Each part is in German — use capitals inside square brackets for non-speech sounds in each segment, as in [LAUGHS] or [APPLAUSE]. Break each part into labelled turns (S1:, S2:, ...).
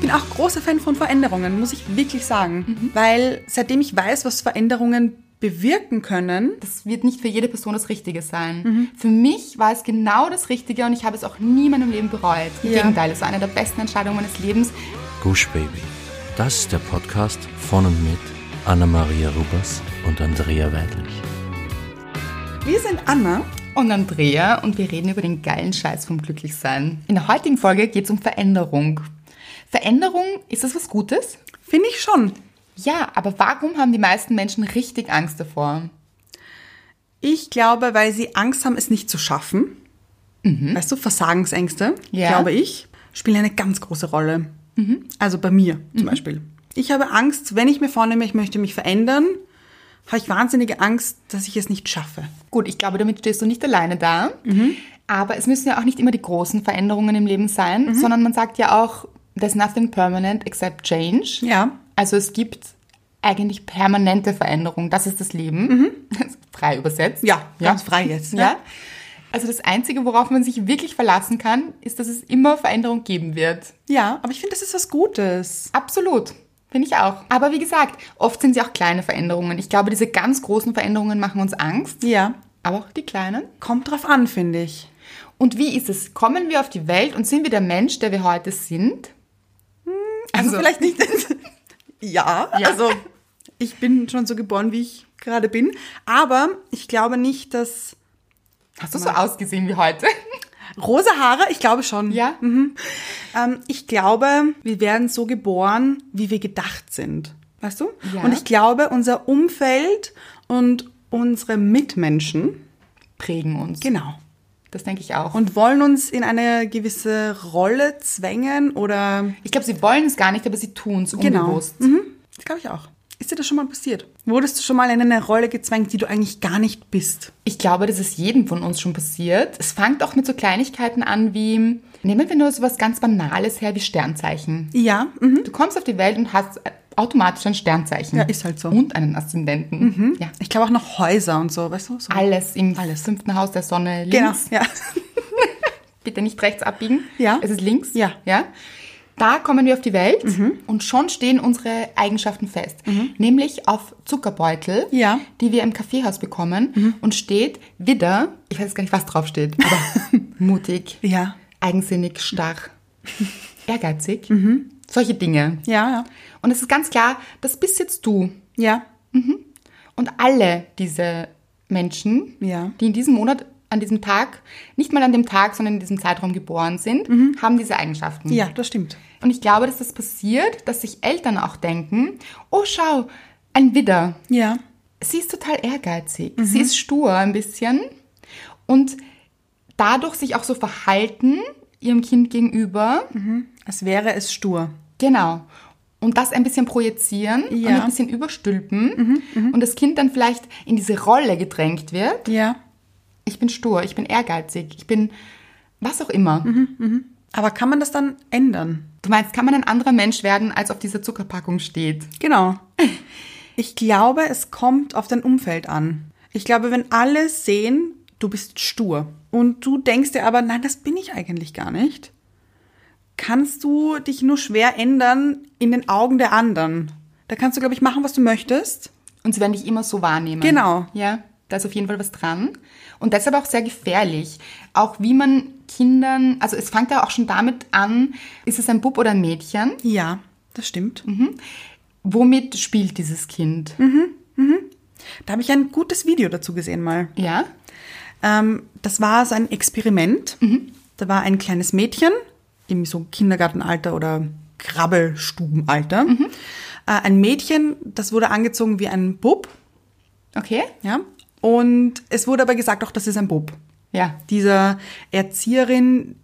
S1: bin auch großer Fan von Veränderungen, muss ich wirklich sagen. Weil seitdem ich weiß, was Veränderungen bewirken können,
S2: Das wird nicht für jede Person das Richtige sein. Für mich war es genau das Richtige und ich habe es auch nie in meinem Leben bereut. Im
S1: Ja.
S2: Gegenteil, es war eine der besten Entscheidungen meines Lebens.
S3: Gush Baby. Das ist der Podcast von und mit Anna-Maria Rubers und Andrea Weidlich.
S1: wir sind Anna.
S2: Und Andrea und wir reden über den geilen Scheiß vom Glücklichsein. In der heutigen Folge geht es um Veränderung. Veränderung, ist das was Gutes?
S1: Finde ich schon.
S2: Ja, aber warum haben die meisten Menschen richtig Angst davor?
S1: Ich glaube, weil sie Angst haben, es nicht zu schaffen. Weißt du, Versagensängste,
S2: Ja.
S1: glaube ich, spielen eine ganz große Rolle. Also bei mir zum Beispiel. Ich habe Angst, wenn ich mir vornehme, ich möchte mich verändern, habe ich wahnsinnige Angst, dass ich es nicht schaffe.
S2: Gut, ich glaube, damit stehst du nicht alleine da. Aber es müssen ja auch nicht immer die großen Veränderungen im Leben sein,
S1: Mhm.
S2: sondern man sagt ja auch, there's nothing permanent except change.
S1: Ja.
S2: Also es gibt eigentlich permanente Veränderungen. Das ist [LAUGHS] das Leben. Frei übersetzt.
S1: Mhm. Ja, ganz frei jetzt, ne?
S2: Ja. Also das Einzige, worauf man sich wirklich verlassen kann, ist, dass es immer Veränderung geben wird.
S1: Ja, aber ich finde, das ist was Gutes.
S2: Absolut. Finde ich auch. Aber wie gesagt, oft sind sie auch kleine Veränderungen. Ich glaube, diese ganz großen Veränderungen machen uns Angst,
S1: Ja,
S2: aber auch die kleinen.
S1: kommt drauf an, finde ich.
S2: Und wie ist es? Kommen wir auf die Welt und sind wir der Mensch, der wir heute sind?
S1: Also, vielleicht nicht. ja,
S2: Ja.
S1: also ich bin schon so geboren, wie ich gerade bin. Aber ich glaube nicht, dass
S2: Hast du so ausgesehen
S1: [LAUGHS]
S2: wie heute? Mhm.
S1: rosa Haare, ich glaube schon.
S2: Ja?
S1: Ähm, ich glaube, wir werden so geboren, wie wir gedacht sind. Weißt du?
S2: Ja.
S1: Und ich glaube, unser Umfeld und unsere Mitmenschen,
S2: Prägen uns.
S1: genau,
S2: Das denke ich auch. Und
S1: und wollen uns in eine gewisse Rolle zwängen oder
S2: ich glaube, sie wollen es gar nicht, aber sie tun es unbewusst.
S1: Genau. Mhm. Das glaube ich auch. Ist dir das schon mal passiert? Wurdest du schon mal in eine Rolle gezwängt, die du eigentlich gar nicht bist?
S2: Ich glaube, das ist jedem von uns schon passiert. Es fängt auch mit so Kleinigkeiten an wie, nehmen wir nur so was ganz Banales her wie Sternzeichen.
S1: Ja. Mhm.
S2: Du kommst auf die Welt und hast automatisch ein Sternzeichen.
S1: Ja, ist halt so.
S2: Und einen Aszendenten. Ja.
S1: Ich glaube auch noch Häuser und so, weißt du? So.
S2: Alles im
S1: Alles.
S2: fünften Haus der Sonne links.
S1: Genau. Ja.
S2: Bitte nicht rechts abbiegen.
S1: Ja.
S2: Es ist links.
S1: Ja. Mhm.
S2: Ja. Da kommen wir auf die Welt und schon stehen unsere Eigenschaften fest. Nämlich auf Zuckerbeutel,
S1: Ja. Mhm.
S2: die wir im Kaffeehaus bekommen und steht wieder, ich weiß gar nicht, was drauf steht, aber
S1: [LAUGHS]
S2: mutig,
S1: Ja. [LAUGHS]
S2: eigensinnig, starr, ehrgeizig,
S1: Mhm.
S2: solche Dinge.
S1: Ja, ja.
S2: Und es ist ganz klar, das bist jetzt du.
S1: Ja.
S2: Und alle diese Menschen,
S1: Ja.
S2: die in diesem Monat, an diesem Tag, nicht mal an dem Tag, sondern in diesem Zeitraum geboren sind, haben diese Eigenschaften.
S1: Mhm. Ja, das stimmt.
S2: Und ich glaube, dass das passiert, dass sich Eltern auch denken, oh schau, ein Widder,
S1: Ja.
S2: sie ist total ehrgeizig,
S1: Mhm.
S2: sie ist stur ein bisschen und dadurch sich auch so verhalten ihrem Kind gegenüber,
S1: Mhm. Als wäre es stur.
S2: Genau. Und das ein bisschen projizieren
S1: Ja. Mhm,
S2: und ein bisschen überstülpen und das Kind dann vielleicht in diese Rolle gedrängt wird.
S1: Ja.
S2: Ich bin stur, ich bin ehrgeizig, ich bin was auch immer.
S1: Aber kann man das dann ändern?
S2: Du meinst, kann man ein anderer Mensch werden, als auf dieser Zuckerpackung steht?
S1: Genau. Ich glaube, es kommt auf dein Umfeld an. Ich glaube, wenn alle sehen, du bist stur und du denkst dir aber, nein, das bin ich eigentlich gar nicht, kannst du dich nur schwer ändern in den Augen der anderen. Da kannst du, glaube ich, machen, was du möchtest.
S2: Und sie werden dich immer so wahrnehmen.
S1: Genau.
S2: Ja, da ist auf jeden Fall was dran. Und deshalb auch sehr gefährlich. Auch wie man Kindern, also es fängt ja auch schon damit an, ist es ein Bub oder ein Mädchen?
S1: Ja, das stimmt.
S2: Womit spielt dieses Kind?
S1: Mhm. Da habe ich ein gutes Video dazu gesehen mal.
S2: Ja?
S1: Ähm, das war so ein Experiment. Da war ein kleines Mädchen, im so Kindergartenalter oder Krabbelstubenalter. Äh, ein Mädchen, das wurde angezogen wie ein Bub,
S2: Okay?
S1: ja. Und es wurde aber gesagt, auch das ist ein Bub.
S2: Ja.
S1: Dieser Erzieherin,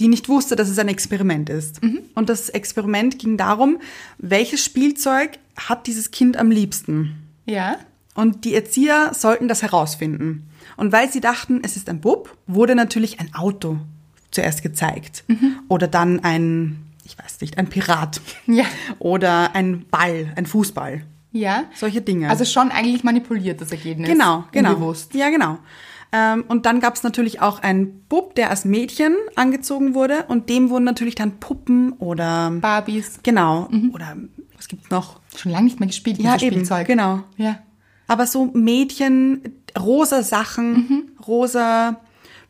S1: die nicht wusste, dass es ein Experiment ist. Und das Experiment ging darum, welches Spielzeug hat dieses Kind am liebsten?
S2: Ja?
S1: Und die Erzieher sollten das herausfinden. Und weil sie dachten, es ist ein Bub, wurde natürlich ein Auto zuerst gezeigt. Oder dann ein, ich weiß nicht, ein Pirat.
S2: Mhm. Ja.
S1: Oder ein Ball, ein Fußball.
S2: Ja.
S1: Solche Dinge.
S2: Also schon eigentlich manipuliert das Ergebnis.
S1: genau, genau.
S2: Unbewusst.
S1: Ja, genau. Ähm, und dann gab es natürlich auch einen Bub, der als Mädchen angezogen wurde und dem wurden natürlich dann Puppen oder
S2: Barbies.
S1: genau
S2: Mhm.
S1: oder was gibt's noch?
S2: Schon lange nicht mehr gespielt mit
S1: Ja,
S2: so
S1: eben,
S2: Spielzeug.
S1: genau.
S2: Ja.
S1: Aber so Mädchen, rosa Sachen,
S2: Mhm.
S1: rosa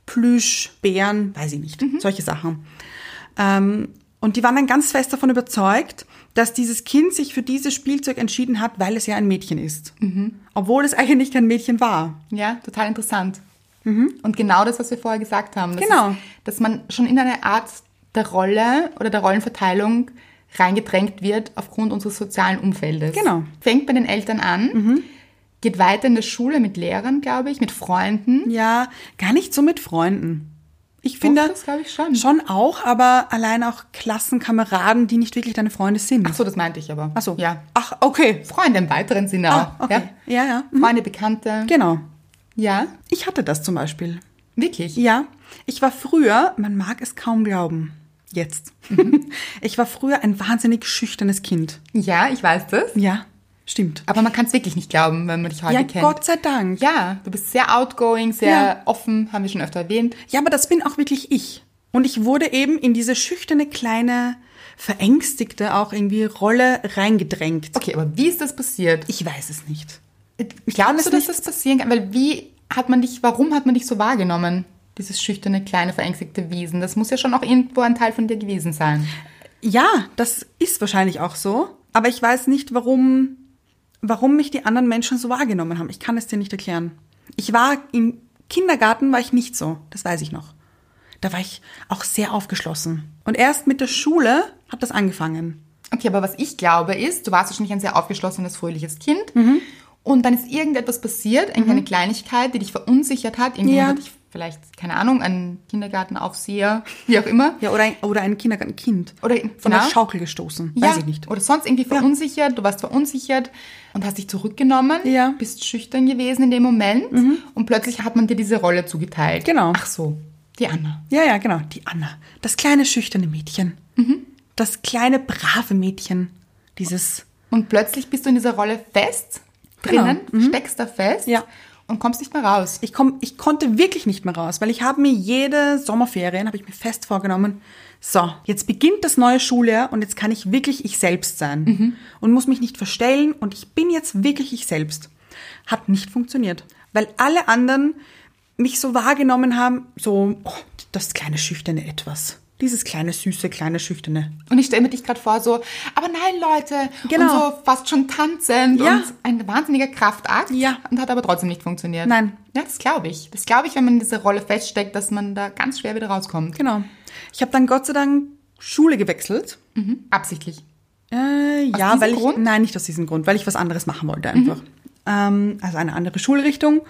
S1: Plüschbären, weiß ich nicht,
S2: Mhm.
S1: solche Sachen. Ähm, und die waren dann ganz fest davon überzeugt, dass dieses Kind sich für dieses Spielzeug entschieden hat, weil es ja ein Mädchen ist.
S2: Mhm.
S1: Obwohl es eigentlich kein Mädchen war.
S2: Ja, total interessant. Und genau das, was wir vorher gesagt haben. Das
S1: Mhm. Genau.
S2: Ist, dass man schon in eine Art der Rolle oder der Rollenverteilung reingedrängt wird aufgrund unseres sozialen Umfeldes.
S1: Genau. Mhm.
S2: Fängt bei den Eltern an, geht weiter in der Schule mit Lehrern, glaube ich, mit Freunden.
S1: Ja, gar nicht so mit Freunden. Ich finde
S2: das glaube ich schon.
S1: schon auch, aber allein auch Klassenkameraden, die nicht wirklich deine Freunde sind.
S2: Ach so, das meinte ich aber.
S1: Ach so.
S2: Ja.
S1: Ach, okay.
S2: Freunde im weiteren Sinne
S1: Ah,
S2: auch.
S1: okay. Ja, ja. Mhm.
S2: Ja? Freunde, Bekannte.
S1: Genau.
S2: Ja,
S1: Ich hatte das zum Beispiel.
S2: wirklich.
S1: Ja, ich war früher, man mag es kaum glauben, jetzt. [LAUGHS] Ich war früher ein wahnsinnig schüchternes Kind.
S2: Ja, ich weiß das.
S1: Ja, stimmt.
S2: Aber man kann es wirklich nicht glauben, wenn man dich heute
S1: Ja,
S2: kennt.
S1: Gott sei Dank. Ja.
S2: Ja, du bist sehr outgoing, sehr
S1: Ja.
S2: offen, haben wir schon öfter erwähnt.
S1: aber das bin auch wirklich ich. Und ich wurde eben in diese schüchterne, kleine, verängstigte auch irgendwie Rolle reingedrängt.
S2: Okay, aber wie ist das passiert?
S1: Ich weiß es nicht.
S2: Ich glaube
S1: es
S2: so, dass
S1: nicht.
S2: das passieren kann, weil wie hat man dich, warum hat man dich so wahrgenommen? Dieses schüchterne, kleine, verängstigte Wesen. Das muss ja schon auch irgendwo ein Teil von dir gewesen sein.
S1: Ja, das ist wahrscheinlich auch so. Aber ich weiß nicht, warum, warum mich die anderen Menschen so wahrgenommen haben. Ich kann es dir nicht erklären. Ich war im Kindergarten war ich nicht so. Das weiß ich noch. Da war ich auch sehr aufgeschlossen. Und erst mit der Schule hat das angefangen.
S2: Okay, aber was ich glaube ist, du warst wahrscheinlich ein sehr aufgeschlossenes, fröhliches Kind.
S1: Mhm.
S2: Und dann ist irgendetwas passiert, irgendeine Kleinigkeit, die dich verunsichert hat.
S1: Ja.
S2: Irgendjemand hat dich vielleicht, keine Ahnung, ein Kindergartenaufseher, wie auch immer.
S1: Ja, oder ein, oder ein Kindergartenkind.
S2: Oder-
S1: von
S2: genau.
S1: der Schaukel gestoßen. Weiß ich nicht.
S2: Oder sonst irgendwie verunsichert, du warst verunsichert und hast dich zurückgenommen,
S1: Ja. Mhm.
S2: bist schüchtern gewesen in dem Moment und plötzlich hat man dir diese Rolle zugeteilt.
S1: Genau.
S2: Ach so, die Anna.
S1: Ja, ja, genau. Die Anna. Das kleine schüchterne Mädchen. Das kleine brave Mädchen. Dieses.
S2: Und plötzlich bist du in dieser Rolle fest,
S1: Genau.
S2: drinnen, steckst da fest
S1: Ja.
S2: und kommst nicht mehr raus.
S1: Ich, komm, ich konnte wirklich nicht mehr raus, weil ich habe mir jede Sommerferien, habe ich mir fest vorgenommen, so, jetzt beginnt das neue Schuljahr und jetzt kann ich wirklich ich selbst sein und muss mich nicht verstellen und ich bin jetzt wirklich ich selbst. Hat nicht funktioniert, weil alle anderen mich so wahrgenommen haben, so, oh, das kleine schüchterne Etwas. Dieses kleine, süße, kleine, schüchterne.
S2: Und ich stelle mir dich gerade vor, so, aber nein, Leute, und
S1: Genau.
S2: so fast schon tanzend
S1: Ja.
S2: und ein wahnsinniger Kraftakt.
S1: Ja.
S2: Und hat aber trotzdem nicht funktioniert.
S1: Nein.
S2: Ja, das glaube ich. Das glaube ich, wenn man in dieser Rolle feststeckt, dass man da ganz schwer wieder rauskommt.
S1: Genau. Ich habe dann Gott sei Dank Schule gewechselt.
S2: Mhm. Absichtlich.
S1: Äh, ja,
S2: diesem
S1: weil ich
S2: Grund? Mhm.
S1: nein, nicht aus diesem Grund, weil ich was anderes machen wollte einfach. Ähm, also eine andere Schulrichtung.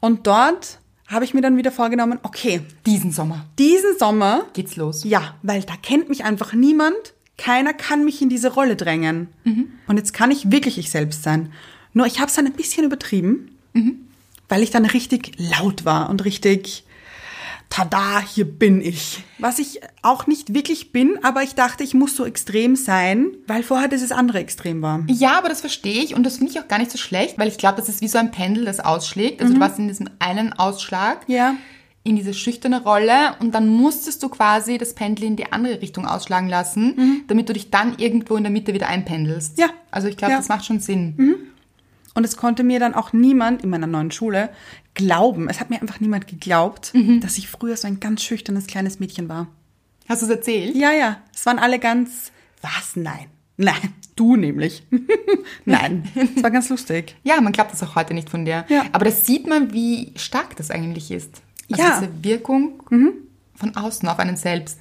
S1: Und dort habe ich mir dann wieder vorgenommen, okay,
S2: Diesen Sommer
S1: diesen Sommer,
S2: geht's los.
S1: ja, weil da kennt mich einfach niemand, keiner kann mich in diese Rolle drängen.
S2: Mhm.
S1: Und jetzt kann ich wirklich ich selbst sein. Nur ich habe es dann ein bisschen übertrieben,
S2: Mhm.
S1: weil ich dann richtig laut war und richtig tada, hier bin ich. Was ich auch nicht wirklich bin, aber ich dachte, ich muss so extrem sein, weil vorher dieses andere Extrem war.
S2: Ja, aber das verstehe ich und das finde ich auch gar nicht so schlecht, weil ich glaube, das ist wie so ein Pendel, das ausschlägt. Also du warst in diesem einen Ausschlag,
S1: Mhm. Ja.
S2: in diese schüchterne Rolle und dann musstest du quasi das Pendel in die andere Richtung ausschlagen lassen, damit du dich dann irgendwo in der Mitte wieder einpendelst.
S1: Mhm. Ja.
S2: Also ich glaube,
S1: Ja. Mhm.
S2: das macht schon Sinn.
S1: Und es konnte mir dann auch niemand in meiner neuen Schule glauben. Es hat mir einfach niemand geglaubt,
S2: Mhm.
S1: dass ich früher so ein ganz schüchternes kleines Mädchen war.
S2: Hast du es erzählt?
S1: Ja, ja. Es waren alle ganz, was? Nein. Nein. [LAUGHS] Du nämlich. Nein. Es war ganz lustig.
S2: Ja, man glaubt das auch heute nicht von dir.
S1: Ja.
S2: Aber das sieht man, wie stark das eigentlich ist. Also
S1: Ja. Mhm.
S2: diese Wirkung von außen auf einen selbst.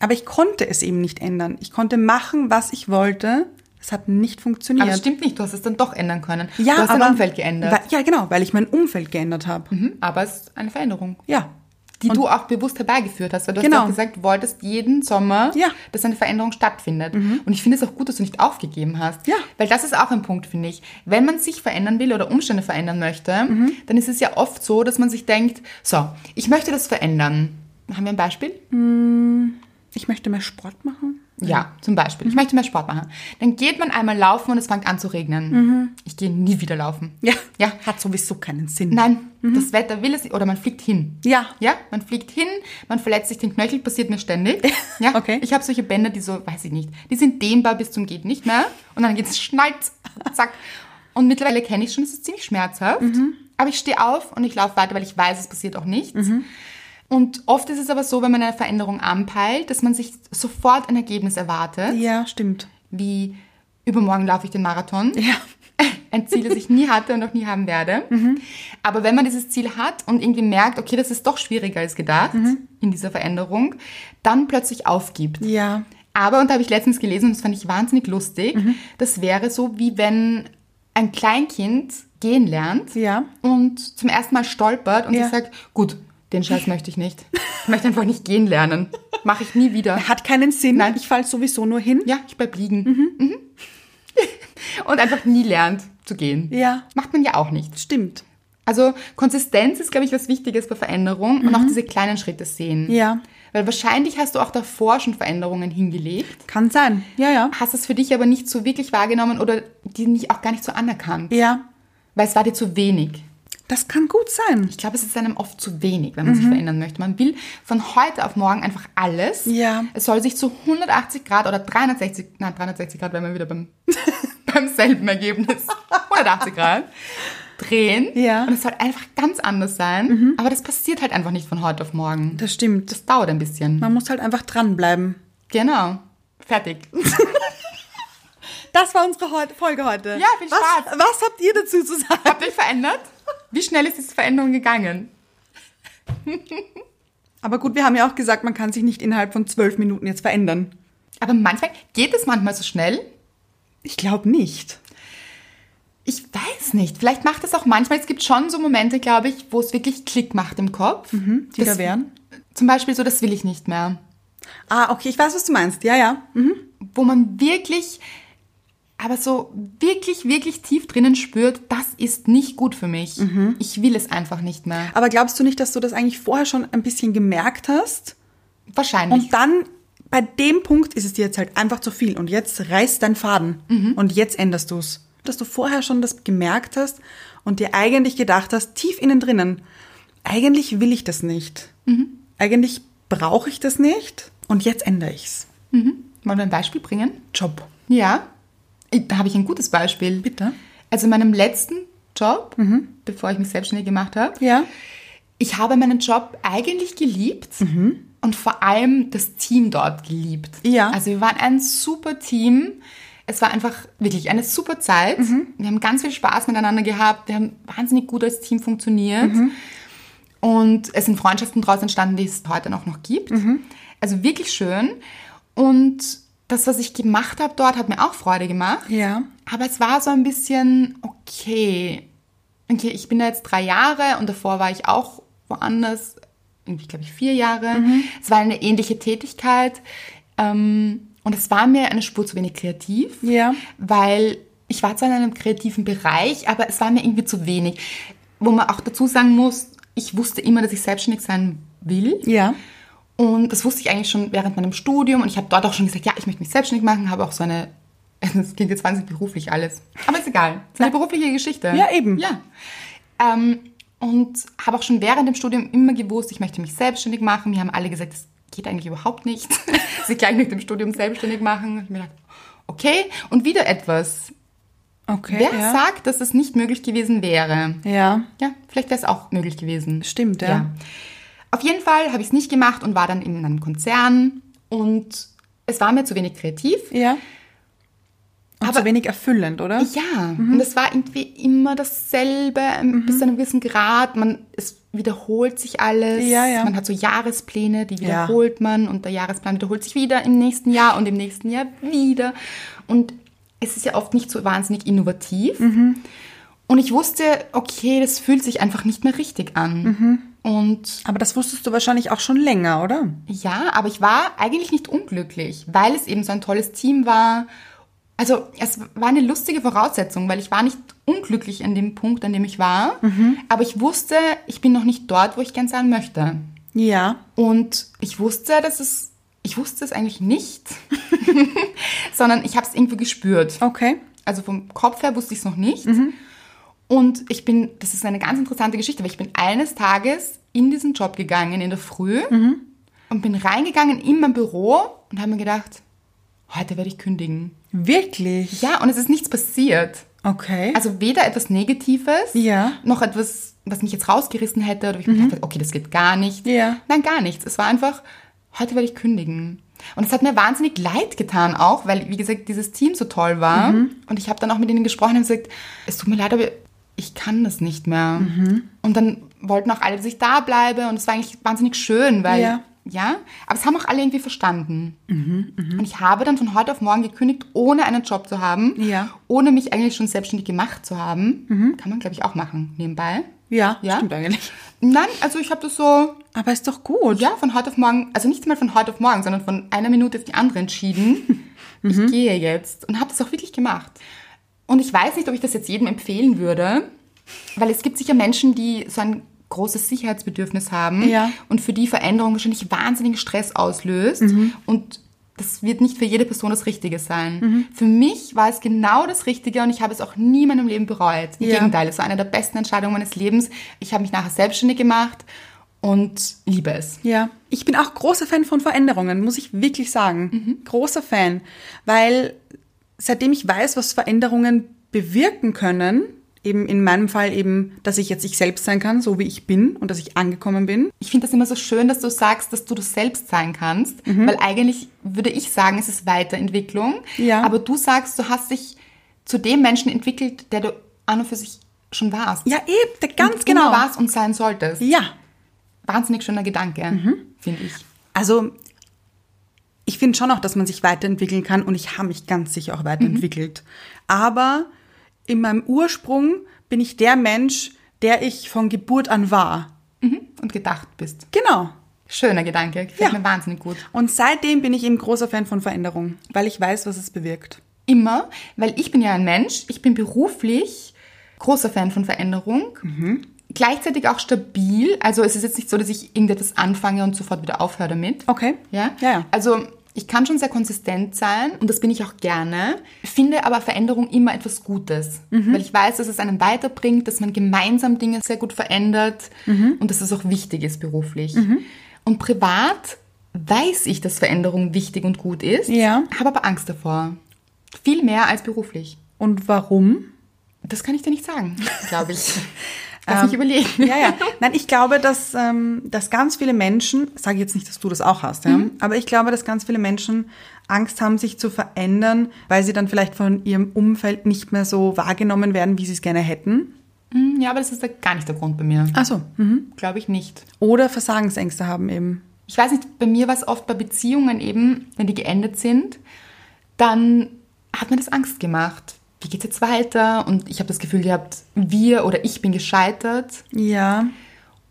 S1: Aber ich konnte es eben nicht ändern. Ich konnte machen, was ich wollte. Es hat nicht funktioniert.
S2: Aber das stimmt nicht, du hast es dann doch ändern können. du hast dein Umfeld geändert.
S1: Weil, ja, genau, weil ich mein Umfeld geändert habe.
S2: Mhm, Aber es ist eine Veränderung,
S1: Ja.
S2: die du auch bewusst herbeigeführt hast, weil du hast
S1: Genau.
S2: ja auch gesagt, du wolltest jeden Sommer,
S1: Ja. Mhm.
S2: dass eine Veränderung stattfindet. Und ich finde es auch gut, dass du nicht aufgegeben hast,
S1: Ja.
S2: weil das ist auch ein Punkt, finde ich. Wenn man sich verändern will oder Umstände verändern möchte,
S1: Mhm.
S2: dann ist es ja oft so, dass man sich denkt, so,
S1: Mhm.
S2: ich möchte das verändern. Haben wir ein Beispiel?
S1: Ich möchte mehr Sport machen.
S2: Ja, zum Beispiel.
S1: Mhm.
S2: Ich möchte mehr Sport machen. Dann geht man einmal laufen und es fängt an zu regnen. Ich gehe nie wieder laufen.
S1: Mhm. Ja.
S2: Ja.
S1: Hat sowieso keinen Sinn.
S2: Nein, das Wetter will es nicht. Oder man fliegt hin.
S1: Mhm. Ja.
S2: Ja, man fliegt hin, man verletzt sich den Knöchel, passiert
S1: [LAUGHS]
S2: mir ständig. Ja.
S1: Okay.
S2: Ich habe solche Bänder, die so, weiß ich nicht, die sind dehnbar bis zum geht nicht mehr. Und dann geht's schnallt, [LAUGHS] zack. Und mittlerweile kenne ich schon, es ist ziemlich schmerzhaft.
S1: Mhm.
S2: Aber ich stehe auf und ich laufe weiter, weil ich weiß, es passiert auch nichts.
S1: Mhm.
S2: Und oft ist es aber so, wenn man eine Veränderung anpeilt, dass man sich sofort ein Ergebnis erwartet,
S1: Ja, stimmt.
S2: wie übermorgen laufe ich den Marathon
S1: Ja.
S2: [LAUGHS] ein Ziel, das ich nie hatte und auch nie haben werde.
S1: Mhm.
S2: Aber wenn man dieses Ziel hat und irgendwie merkt, okay, das ist doch schwieriger als gedacht
S1: Mhm.
S2: in dieser Veränderung, dann plötzlich aufgibt.
S1: Ja.
S2: Aber, und da habe ich letztens gelesen und das fand ich wahnsinnig lustig,
S1: Mhm.
S2: das wäre so, wie wenn ein Kleinkind gehen lernt
S1: Ja.
S2: und zum ersten Mal stolpert und
S1: Ja.
S2: sich sagt, gut, den Scheiß möchte ich nicht. Ich möchte einfach nicht gehen lernen. Mache ich nie wieder.
S1: Hat keinen Sinn.
S2: Nein.
S1: Ich falle sowieso nur hin.
S2: Ja, ich bleib liegen. Mhm. [LAUGHS] und einfach nie lernt zu gehen.
S1: Ja.
S2: Macht man ja auch nicht.
S1: Stimmt.
S2: Also Konsistenz ist, glaube ich, was Wichtiges bei Veränderung und auch diese kleinen Schritte sehen.
S1: Mhm. Ja.
S2: Weil wahrscheinlich hast du auch davor schon Veränderungen hingelegt,
S1: Kann sein. Ja, ja.
S2: hast es für dich aber nicht so wirklich wahrgenommen oder die nicht, auch gar nicht so anerkannt,
S1: Ja.
S2: weil es war dir zu wenig.
S1: Das kann gut sein.
S2: Ich glaube, es ist einem oft zu wenig, wenn man
S1: Mhm.
S2: sich verändern möchte. Man will von heute auf morgen einfach alles.
S1: Ja.
S2: Es soll sich zu 180 Grad oder 360, nein, 360 Grad wären wir wieder beim, [LAUGHS] beim selben Ergebnis. 180 Grad drehen.
S1: Ja. Mhm.
S2: Und es soll einfach ganz anders sein. Aber das passiert halt einfach nicht von heute auf morgen.
S1: Das stimmt.
S2: Das dauert ein bisschen.
S1: Man muss halt einfach dranbleiben.
S2: Genau. Fertig. [LAUGHS]
S1: Das war unsere Heu- Folge heute.
S2: Ja, viel Spaß.
S1: Was, was habt ihr dazu zu sagen?
S2: Habt ihr euch verändert? Wie schnell ist diese Veränderung gegangen?
S1: Aber gut, wir haben ja auch gesagt, man kann sich nicht innerhalb von zwölf Minuten jetzt verändern.
S2: Aber manchmal geht es manchmal so schnell,
S1: Ich glaube nicht.
S2: Ich weiß nicht. Vielleicht macht es auch manchmal. Es gibt schon so Momente, glaube ich, wo es wirklich Klick macht im Kopf.
S1: die
S2: Das-
S1: da wären?
S2: Zum Beispiel so, das will ich nicht mehr.
S1: Ah, okay, ich weiß, was du meinst. Ja, ja. Mhm.
S2: Wo man wirklich, aber so wirklich, wirklich tief drinnen spürt, das ist nicht gut für mich. Ich will es einfach nicht mehr.
S1: Aber glaubst du nicht, dass du das eigentlich vorher schon ein bisschen gemerkt hast?
S2: Wahrscheinlich.
S1: Und dann, bei dem Punkt ist es dir jetzt halt einfach zu viel. Und jetzt reißt dein Faden.
S2: Mhm.
S1: Und jetzt änderst du es. Dass du vorher schon das gemerkt hast und dir eigentlich gedacht hast, tief innen drinnen, eigentlich will ich das nicht.
S2: Mhm.
S1: Eigentlich brauche ich das nicht. Und jetzt ändere ich es.
S2: Wollen wir ein Beispiel bringen?
S1: Job.
S2: Ja, Ich- da habe ich ein gutes Beispiel.
S1: Bitte?
S2: Also in meinem letzten Job, bevor ich mich selbstständig gemacht habe,
S1: Ja.
S2: ich habe meinen Job eigentlich geliebt und vor allem das Team dort geliebt.
S1: Ja.
S2: Also wir waren ein super Team. Es war einfach wirklich eine super Zeit. Wir haben ganz viel Spaß miteinander gehabt. Wir haben wahnsinnig gut als Team funktioniert. Und es sind Freundschaften daraus entstanden, die es heute noch, noch gibt. Also wirklich schön. Und das, was ich gemacht habe dort, hat mir auch Freude gemacht.
S1: Ja.
S2: Aber es war so ein bisschen, okay, okay, ich bin da jetzt drei Jahre und davor war ich auch woanders, irgendwie glaube ich vier Jahre. Es war eine ähnliche Tätigkeit ähm, und es war mir eine Spur zu wenig kreativ,
S1: Ja.
S2: weil ich war zwar in einem kreativen Bereich, aber es war mir irgendwie zu wenig. Wo man auch dazu sagen muss, ich wusste immer, dass ich selbstständig sein will.
S1: Ja.
S2: Und das wusste ich eigentlich schon während meinem Studium. Und ich habe dort auch schon gesagt, ja, ich möchte mich selbstständig machen, habe auch so eine. [LAUGHS] Es klingt jetzt wahnsinnig beruflich alles. Aber ist egal. Es ist eine berufliche Geschichte.
S1: Ja, eben.
S2: Ja. Ähm, und habe auch schon während dem Studium immer gewusst, ich möchte mich selbstständig machen. Mir haben alle gesagt, das geht eigentlich überhaupt nicht. [LAUGHS] Sie gleich mit dem Studium selbstständig machen. Ich hab mir gedacht, okay. Und wieder etwas.
S1: Okay.
S2: Wer
S1: ja.
S2: sagt, dass es nicht möglich gewesen wäre?
S1: Ja.
S2: Ja, vielleicht wäre es auch möglich gewesen.
S1: Stimmt, ja.
S2: Auf jeden Fall habe ich es nicht gemacht und war dann in einem Konzern und es war mir zu wenig kreativ.
S1: Ja. Und
S2: Aber-
S1: so wenig erfüllend, oder?
S2: Ja,
S1: Mhm.
S2: und es war irgendwie immer dasselbe, bis zu einem gewissen Grad. Man, es wiederholt sich alles.
S1: Ja, ja.
S2: Man hat so Jahrespläne, die
S1: Ja.
S2: wiederholt man und der Jahresplan wiederholt sich wieder im nächsten Jahr und im nächsten Jahr wieder. Und es ist ja oft nicht so wahnsinnig innovativ.
S1: Mhm.
S2: Und ich wusste, okay, das fühlt sich einfach nicht mehr richtig an.
S1: Mhm.
S2: Und
S1: Aber das wusstest du wahrscheinlich auch schon länger, oder?
S2: ja, aber ich war eigentlich nicht unglücklich, weil es eben so ein tolles Team war. Also es war eine lustige Voraussetzung, weil ich war nicht unglücklich in dem Punkt, an dem ich war. Aber ich wusste, ich bin noch nicht dort, wo ich gern sein möchte.
S1: Ja.
S2: Und ich wusste, dass es ich wusste es eigentlich nicht, [LAUGHS] sondern ich habe es irgendwie gespürt.
S1: Okay.
S2: Also vom Kopf her wusste ich es noch nicht. Und ich bin, das ist eine ganz interessante Geschichte, weil ich bin eines Tages in diesen Job gegangen, in der Früh, und bin reingegangen in mein Büro und habe mir gedacht, heute werde ich kündigen.
S1: Wirklich?
S2: Ja, und es ist nichts passiert.
S1: Okay.
S2: Also weder etwas Negatives,
S1: Ja. Mhm.
S2: noch etwas, was mich jetzt rausgerissen hätte oder ich mir gedacht hätte, okay, das geht gar nicht.
S1: Ja.
S2: Nein, gar nichts. Es war einfach, heute werde ich kündigen. Und es hat mir wahnsinnig leid getan auch, weil, wie gesagt, dieses Team so toll war.
S1: Mhm.
S2: Und ich habe dann auch mit ihnen gesprochen und gesagt, es tut mir leid, aber ich kann das nicht mehr.
S1: Mhm.
S2: Und dann wollten auch alle, dass ich da bleibe. Und es war eigentlich wahnsinnig schön, weil,
S1: Ja.
S2: ja, aber es haben auch alle irgendwie verstanden. Und ich habe dann von heute auf morgen gekündigt, ohne einen Job zu haben,
S1: Ja.
S2: ohne mich eigentlich schon selbstständig gemacht zu haben. Kann man, glaube ich, auch machen, nebenbei.
S1: ja,
S2: Ja.
S1: stimmt eigentlich.
S2: Nein, also ich habe das so,
S1: Aber ist doch gut.
S2: ja, von heute auf morgen, also nicht mal von heute auf morgen, sondern von einer Minute auf die andere entschieden,
S1: [LAUGHS]
S2: ich
S1: Mhm.
S2: gehe jetzt und habe das auch wirklich gemacht. Und ich weiß nicht, ob ich das jetzt jedem empfehlen würde, weil es gibt sicher Menschen, die so ein großes Sicherheitsbedürfnis haben
S1: Ja.
S2: und für die Veränderung wahrscheinlich wahnsinnigen Stress auslöst
S1: Mhm.
S2: und das wird nicht für jede Person das Richtige sein.
S1: Mhm.
S2: Für mich war es genau das Richtige und ich habe es auch nie in meinem Leben bereut. Im
S1: Ja.
S2: Gegenteil, es war eine der besten Entscheidungen meines Lebens. Ich habe mich nachher selbstständig gemacht und liebe es.
S1: Ja, ich bin auch großer Fan von Veränderungen, muss ich wirklich sagen. Großer Fan, weil seitdem ich weiß, was Veränderungen bewirken können, eben in meinem Fall eben, dass ich jetzt ich selbst sein kann, so wie ich bin und dass ich angekommen bin.
S2: Ich finde das immer so schön, dass du sagst, dass du du selbst sein kannst,
S1: Mhm.
S2: weil eigentlich würde ich sagen, es ist Weiterentwicklung.
S1: Ja.
S2: Aber du sagst, du hast dich zu dem Menschen entwickelt, der du an und für sich schon warst.
S1: Ja, eben, da- ganz
S2: Und
S1: genau.
S2: Immer warst und sein solltest.
S1: Ja, Mhm.
S2: Wahnsinnig schöner Gedanke, finde ich.
S1: also ich finde schon auch, dass man sich weiterentwickeln kann und ich habe mich ganz sicher auch weiterentwickelt. Aber in meinem Ursprung bin ich der Mensch, der ich von Geburt an war.
S2: Mhm. Und gedacht bist.
S1: Genau.
S2: Schöner Gedanke, gefällt
S1: Ja.
S2: mir wahnsinnig gut.
S1: Und seitdem bin ich eben großer Fan von Veränderung, weil ich weiß, was es bewirkt.
S2: Immer, weil ich bin ja ein Mensch, ich bin beruflich großer Fan von Veränderung.
S1: Mhm.
S2: Gleichzeitig auch stabil. Also es ist jetzt nicht so, dass ich irgendetwas anfange und sofort wieder aufhöre damit.
S1: Okay.
S2: Ja?
S1: Ja, ja.
S2: Also ich kann schon sehr konsistent sein und das bin ich auch gerne, finde aber Veränderung immer etwas Gutes,
S1: Mhm.
S2: weil ich weiß, dass es einen weiterbringt, dass man gemeinsam Dinge sehr gut verändert
S1: Mhm.
S2: und dass es auch wichtig ist beruflich. Und privat weiß ich, dass Veränderung wichtig und gut ist,
S1: Ja.
S2: habe aber Angst davor. Viel mehr als beruflich.
S1: Und warum?
S2: Das kann ich dir nicht sagen,
S1: [LAUGHS]
S2: glaube ich. Lass mich überlegen.
S1: Ähm, Ja, ja. Nein, ich glaube, dass, ähm, dass ganz viele Menschen, sage jetzt nicht, dass du das auch hast, ja, aber ich glaube, dass ganz viele Menschen Angst haben, sich zu verändern, weil sie dann vielleicht von ihrem Umfeld nicht mehr so wahrgenommen werden, wie sie es gerne hätten.
S2: [LAUGHS] Hm, Ja, aber das ist da gar nicht der Grund bei mir.
S1: Ach so. Mhm.
S2: Glaube ich nicht.
S1: Oder Versagensängste haben eben.
S2: ich weiß nicht, bei mir war es oft bei Beziehungen eben, wenn die geendet sind, dann hat mir das Angst gemacht. Wie geht's jetzt weiter? Und ich habe das Gefühl gehabt, wir oder ich bin gescheitert.
S1: Ja.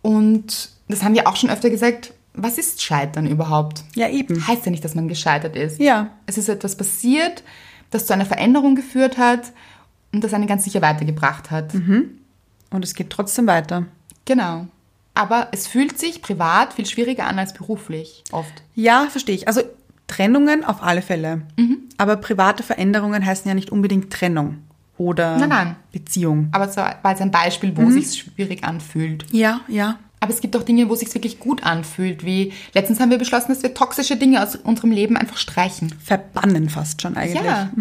S2: Und das haben wir auch schon öfter gesagt. Was ist Scheitern überhaupt?
S1: Ja, eben.
S2: Heißt ja nicht, dass man gescheitert ist.
S1: Ja.
S2: Es ist etwas passiert, das zu einer Veränderung geführt hat und das einen ganz sicher weitergebracht hat.
S1: Und es geht trotzdem weiter.
S2: Genau. Aber es fühlt sich privat viel schwieriger an als beruflich oft.
S1: Ja, verstehe ich. Also Trennungen auf alle Fälle. Aber private Veränderungen heißen ja nicht unbedingt Trennung oder
S2: Nein, nein.
S1: Beziehung.
S2: Aber es war war jetzt ein Beispiel,
S1: Mhm.
S2: wo sich's schwierig anfühlt.
S1: Ja, ja.
S2: Aber es gibt auch Dinge, wo sich's wirklich gut anfühlt, wie letztens haben wir beschlossen, dass wir toxische Dinge aus unserem Leben einfach streichen.
S1: Verbannen fast schon eigentlich.
S2: Ja.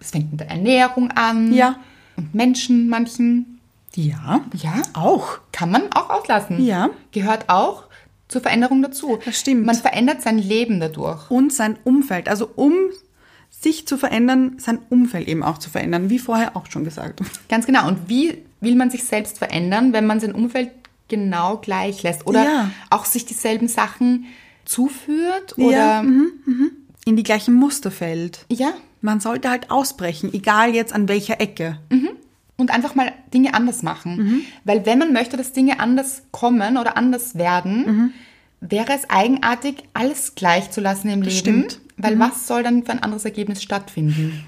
S2: Es fängt mit der Ernährung an.
S1: Mhm. Ja.
S2: Und Menschen manchen.
S1: Ja.
S2: Ja.
S1: Auch.
S2: Kann man auch auslassen.
S1: Ja.
S2: Gehört auch zur Veränderung dazu.
S1: Das stimmt.
S2: Man verändert sein Leben dadurch.
S1: Und sein Umfeld. Also um sich zu verändern, sein Umfeld eben auch zu verändern, wie vorher auch schon gesagt.
S2: Ganz genau. Und wie will man sich selbst verändern, wenn man sein Umfeld genau gleich lässt? Oder
S1: Ja.
S2: auch sich dieselben Sachen zuführt? Oder
S1: Ja, mhm. In die gleichen Muster fällt.
S2: Ja,
S1: Man sollte halt ausbrechen, egal jetzt an welcher Ecke.
S2: und einfach mal Dinge anders machen.
S1: Mhm.
S2: Weil wenn man möchte, dass Dinge anders kommen oder anders
S1: Mhm.
S2: werden, wäre es eigenartig, alles gleich zu lassen im Leben.
S1: stimmt. Mhm.
S2: Weil was soll dann für ein anderes
S1: [LAUGHS]
S2: Ergebnis stattfinden?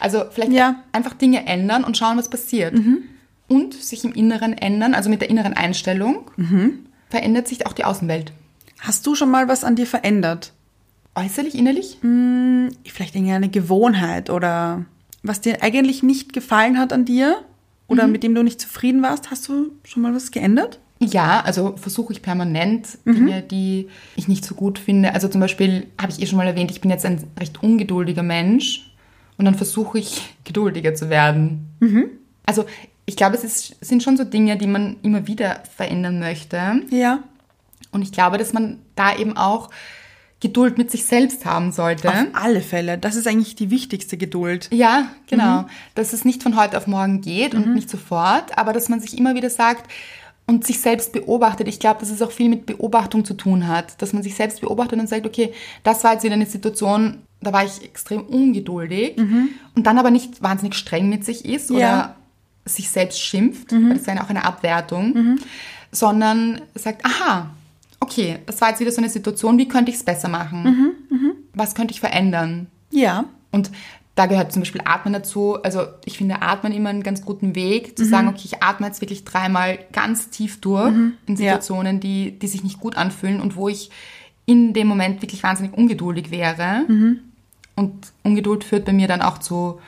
S2: also vielleicht
S1: Ja. Mhm.
S2: einfach Dinge ändern und schauen, was passiert. Und sich im Inneren ändern, also mit der inneren
S1: Mhm.
S2: Einstellung, verändert sich auch die Außenwelt.
S1: Hast du schon mal was an dir verändert?
S2: Äußerlich, innerlich?
S1: vielleicht irgendeine Gewohnheit oder was dir eigentlich nicht gefallen hat an dir oder mit dem du nicht zufrieden warst, hast du schon mal was geändert?
S2: Ja, also versuche ich permanent Dinge, die ich nicht so gut finde. Also zum Beispiel habe ich eh schon mal erwähnt, ich bin jetzt ein recht ungeduldiger Mensch und dann versuche ich geduldiger zu werden. Also ich glaube, es ist, sind schon so Dinge, die man immer wieder verändern möchte.
S1: Ja.
S2: Und ich glaube, dass man da eben auch Geduld mit sich selbst haben sollte.
S1: Auf alle Fälle. Das ist eigentlich die wichtigste Geduld.
S2: Ja, genau. Dass es nicht von heute auf morgen geht und nicht sofort, aber dass man sich immer wieder sagt und sich selbst beobachtet. Ich glaube, dass es auch viel mit Beobachtung zu tun hat. Dass man sich selbst beobachtet und sagt, okay, das war jetzt wieder eine Situation, da war ich extrem ungeduldig und dann aber nicht wahnsinnig streng mit sich ist
S1: Ja.
S2: oder sich selbst schimpft, weil das wäre ja auch eine Abwertung, sondern sagt, aha, okay, das war jetzt wieder so eine Situation, wie könnte ich es besser machen? Was könnte ich verändern?
S1: Ja.
S2: Und da gehört zum Beispiel Atmen dazu. Also ich finde Atmen immer einen ganz guten Weg,
S1: Mhm.
S2: zu sagen, okay, ich atme jetzt wirklich dreimal ganz tief durch in
S1: Mhm. Ja.
S2: Situationen, die, die sich nicht gut anfühlen und wo ich in dem Moment wirklich wahnsinnig ungeduldig wäre.
S1: Mhm.
S2: Und Ungeduld führt bei mir dann auch zu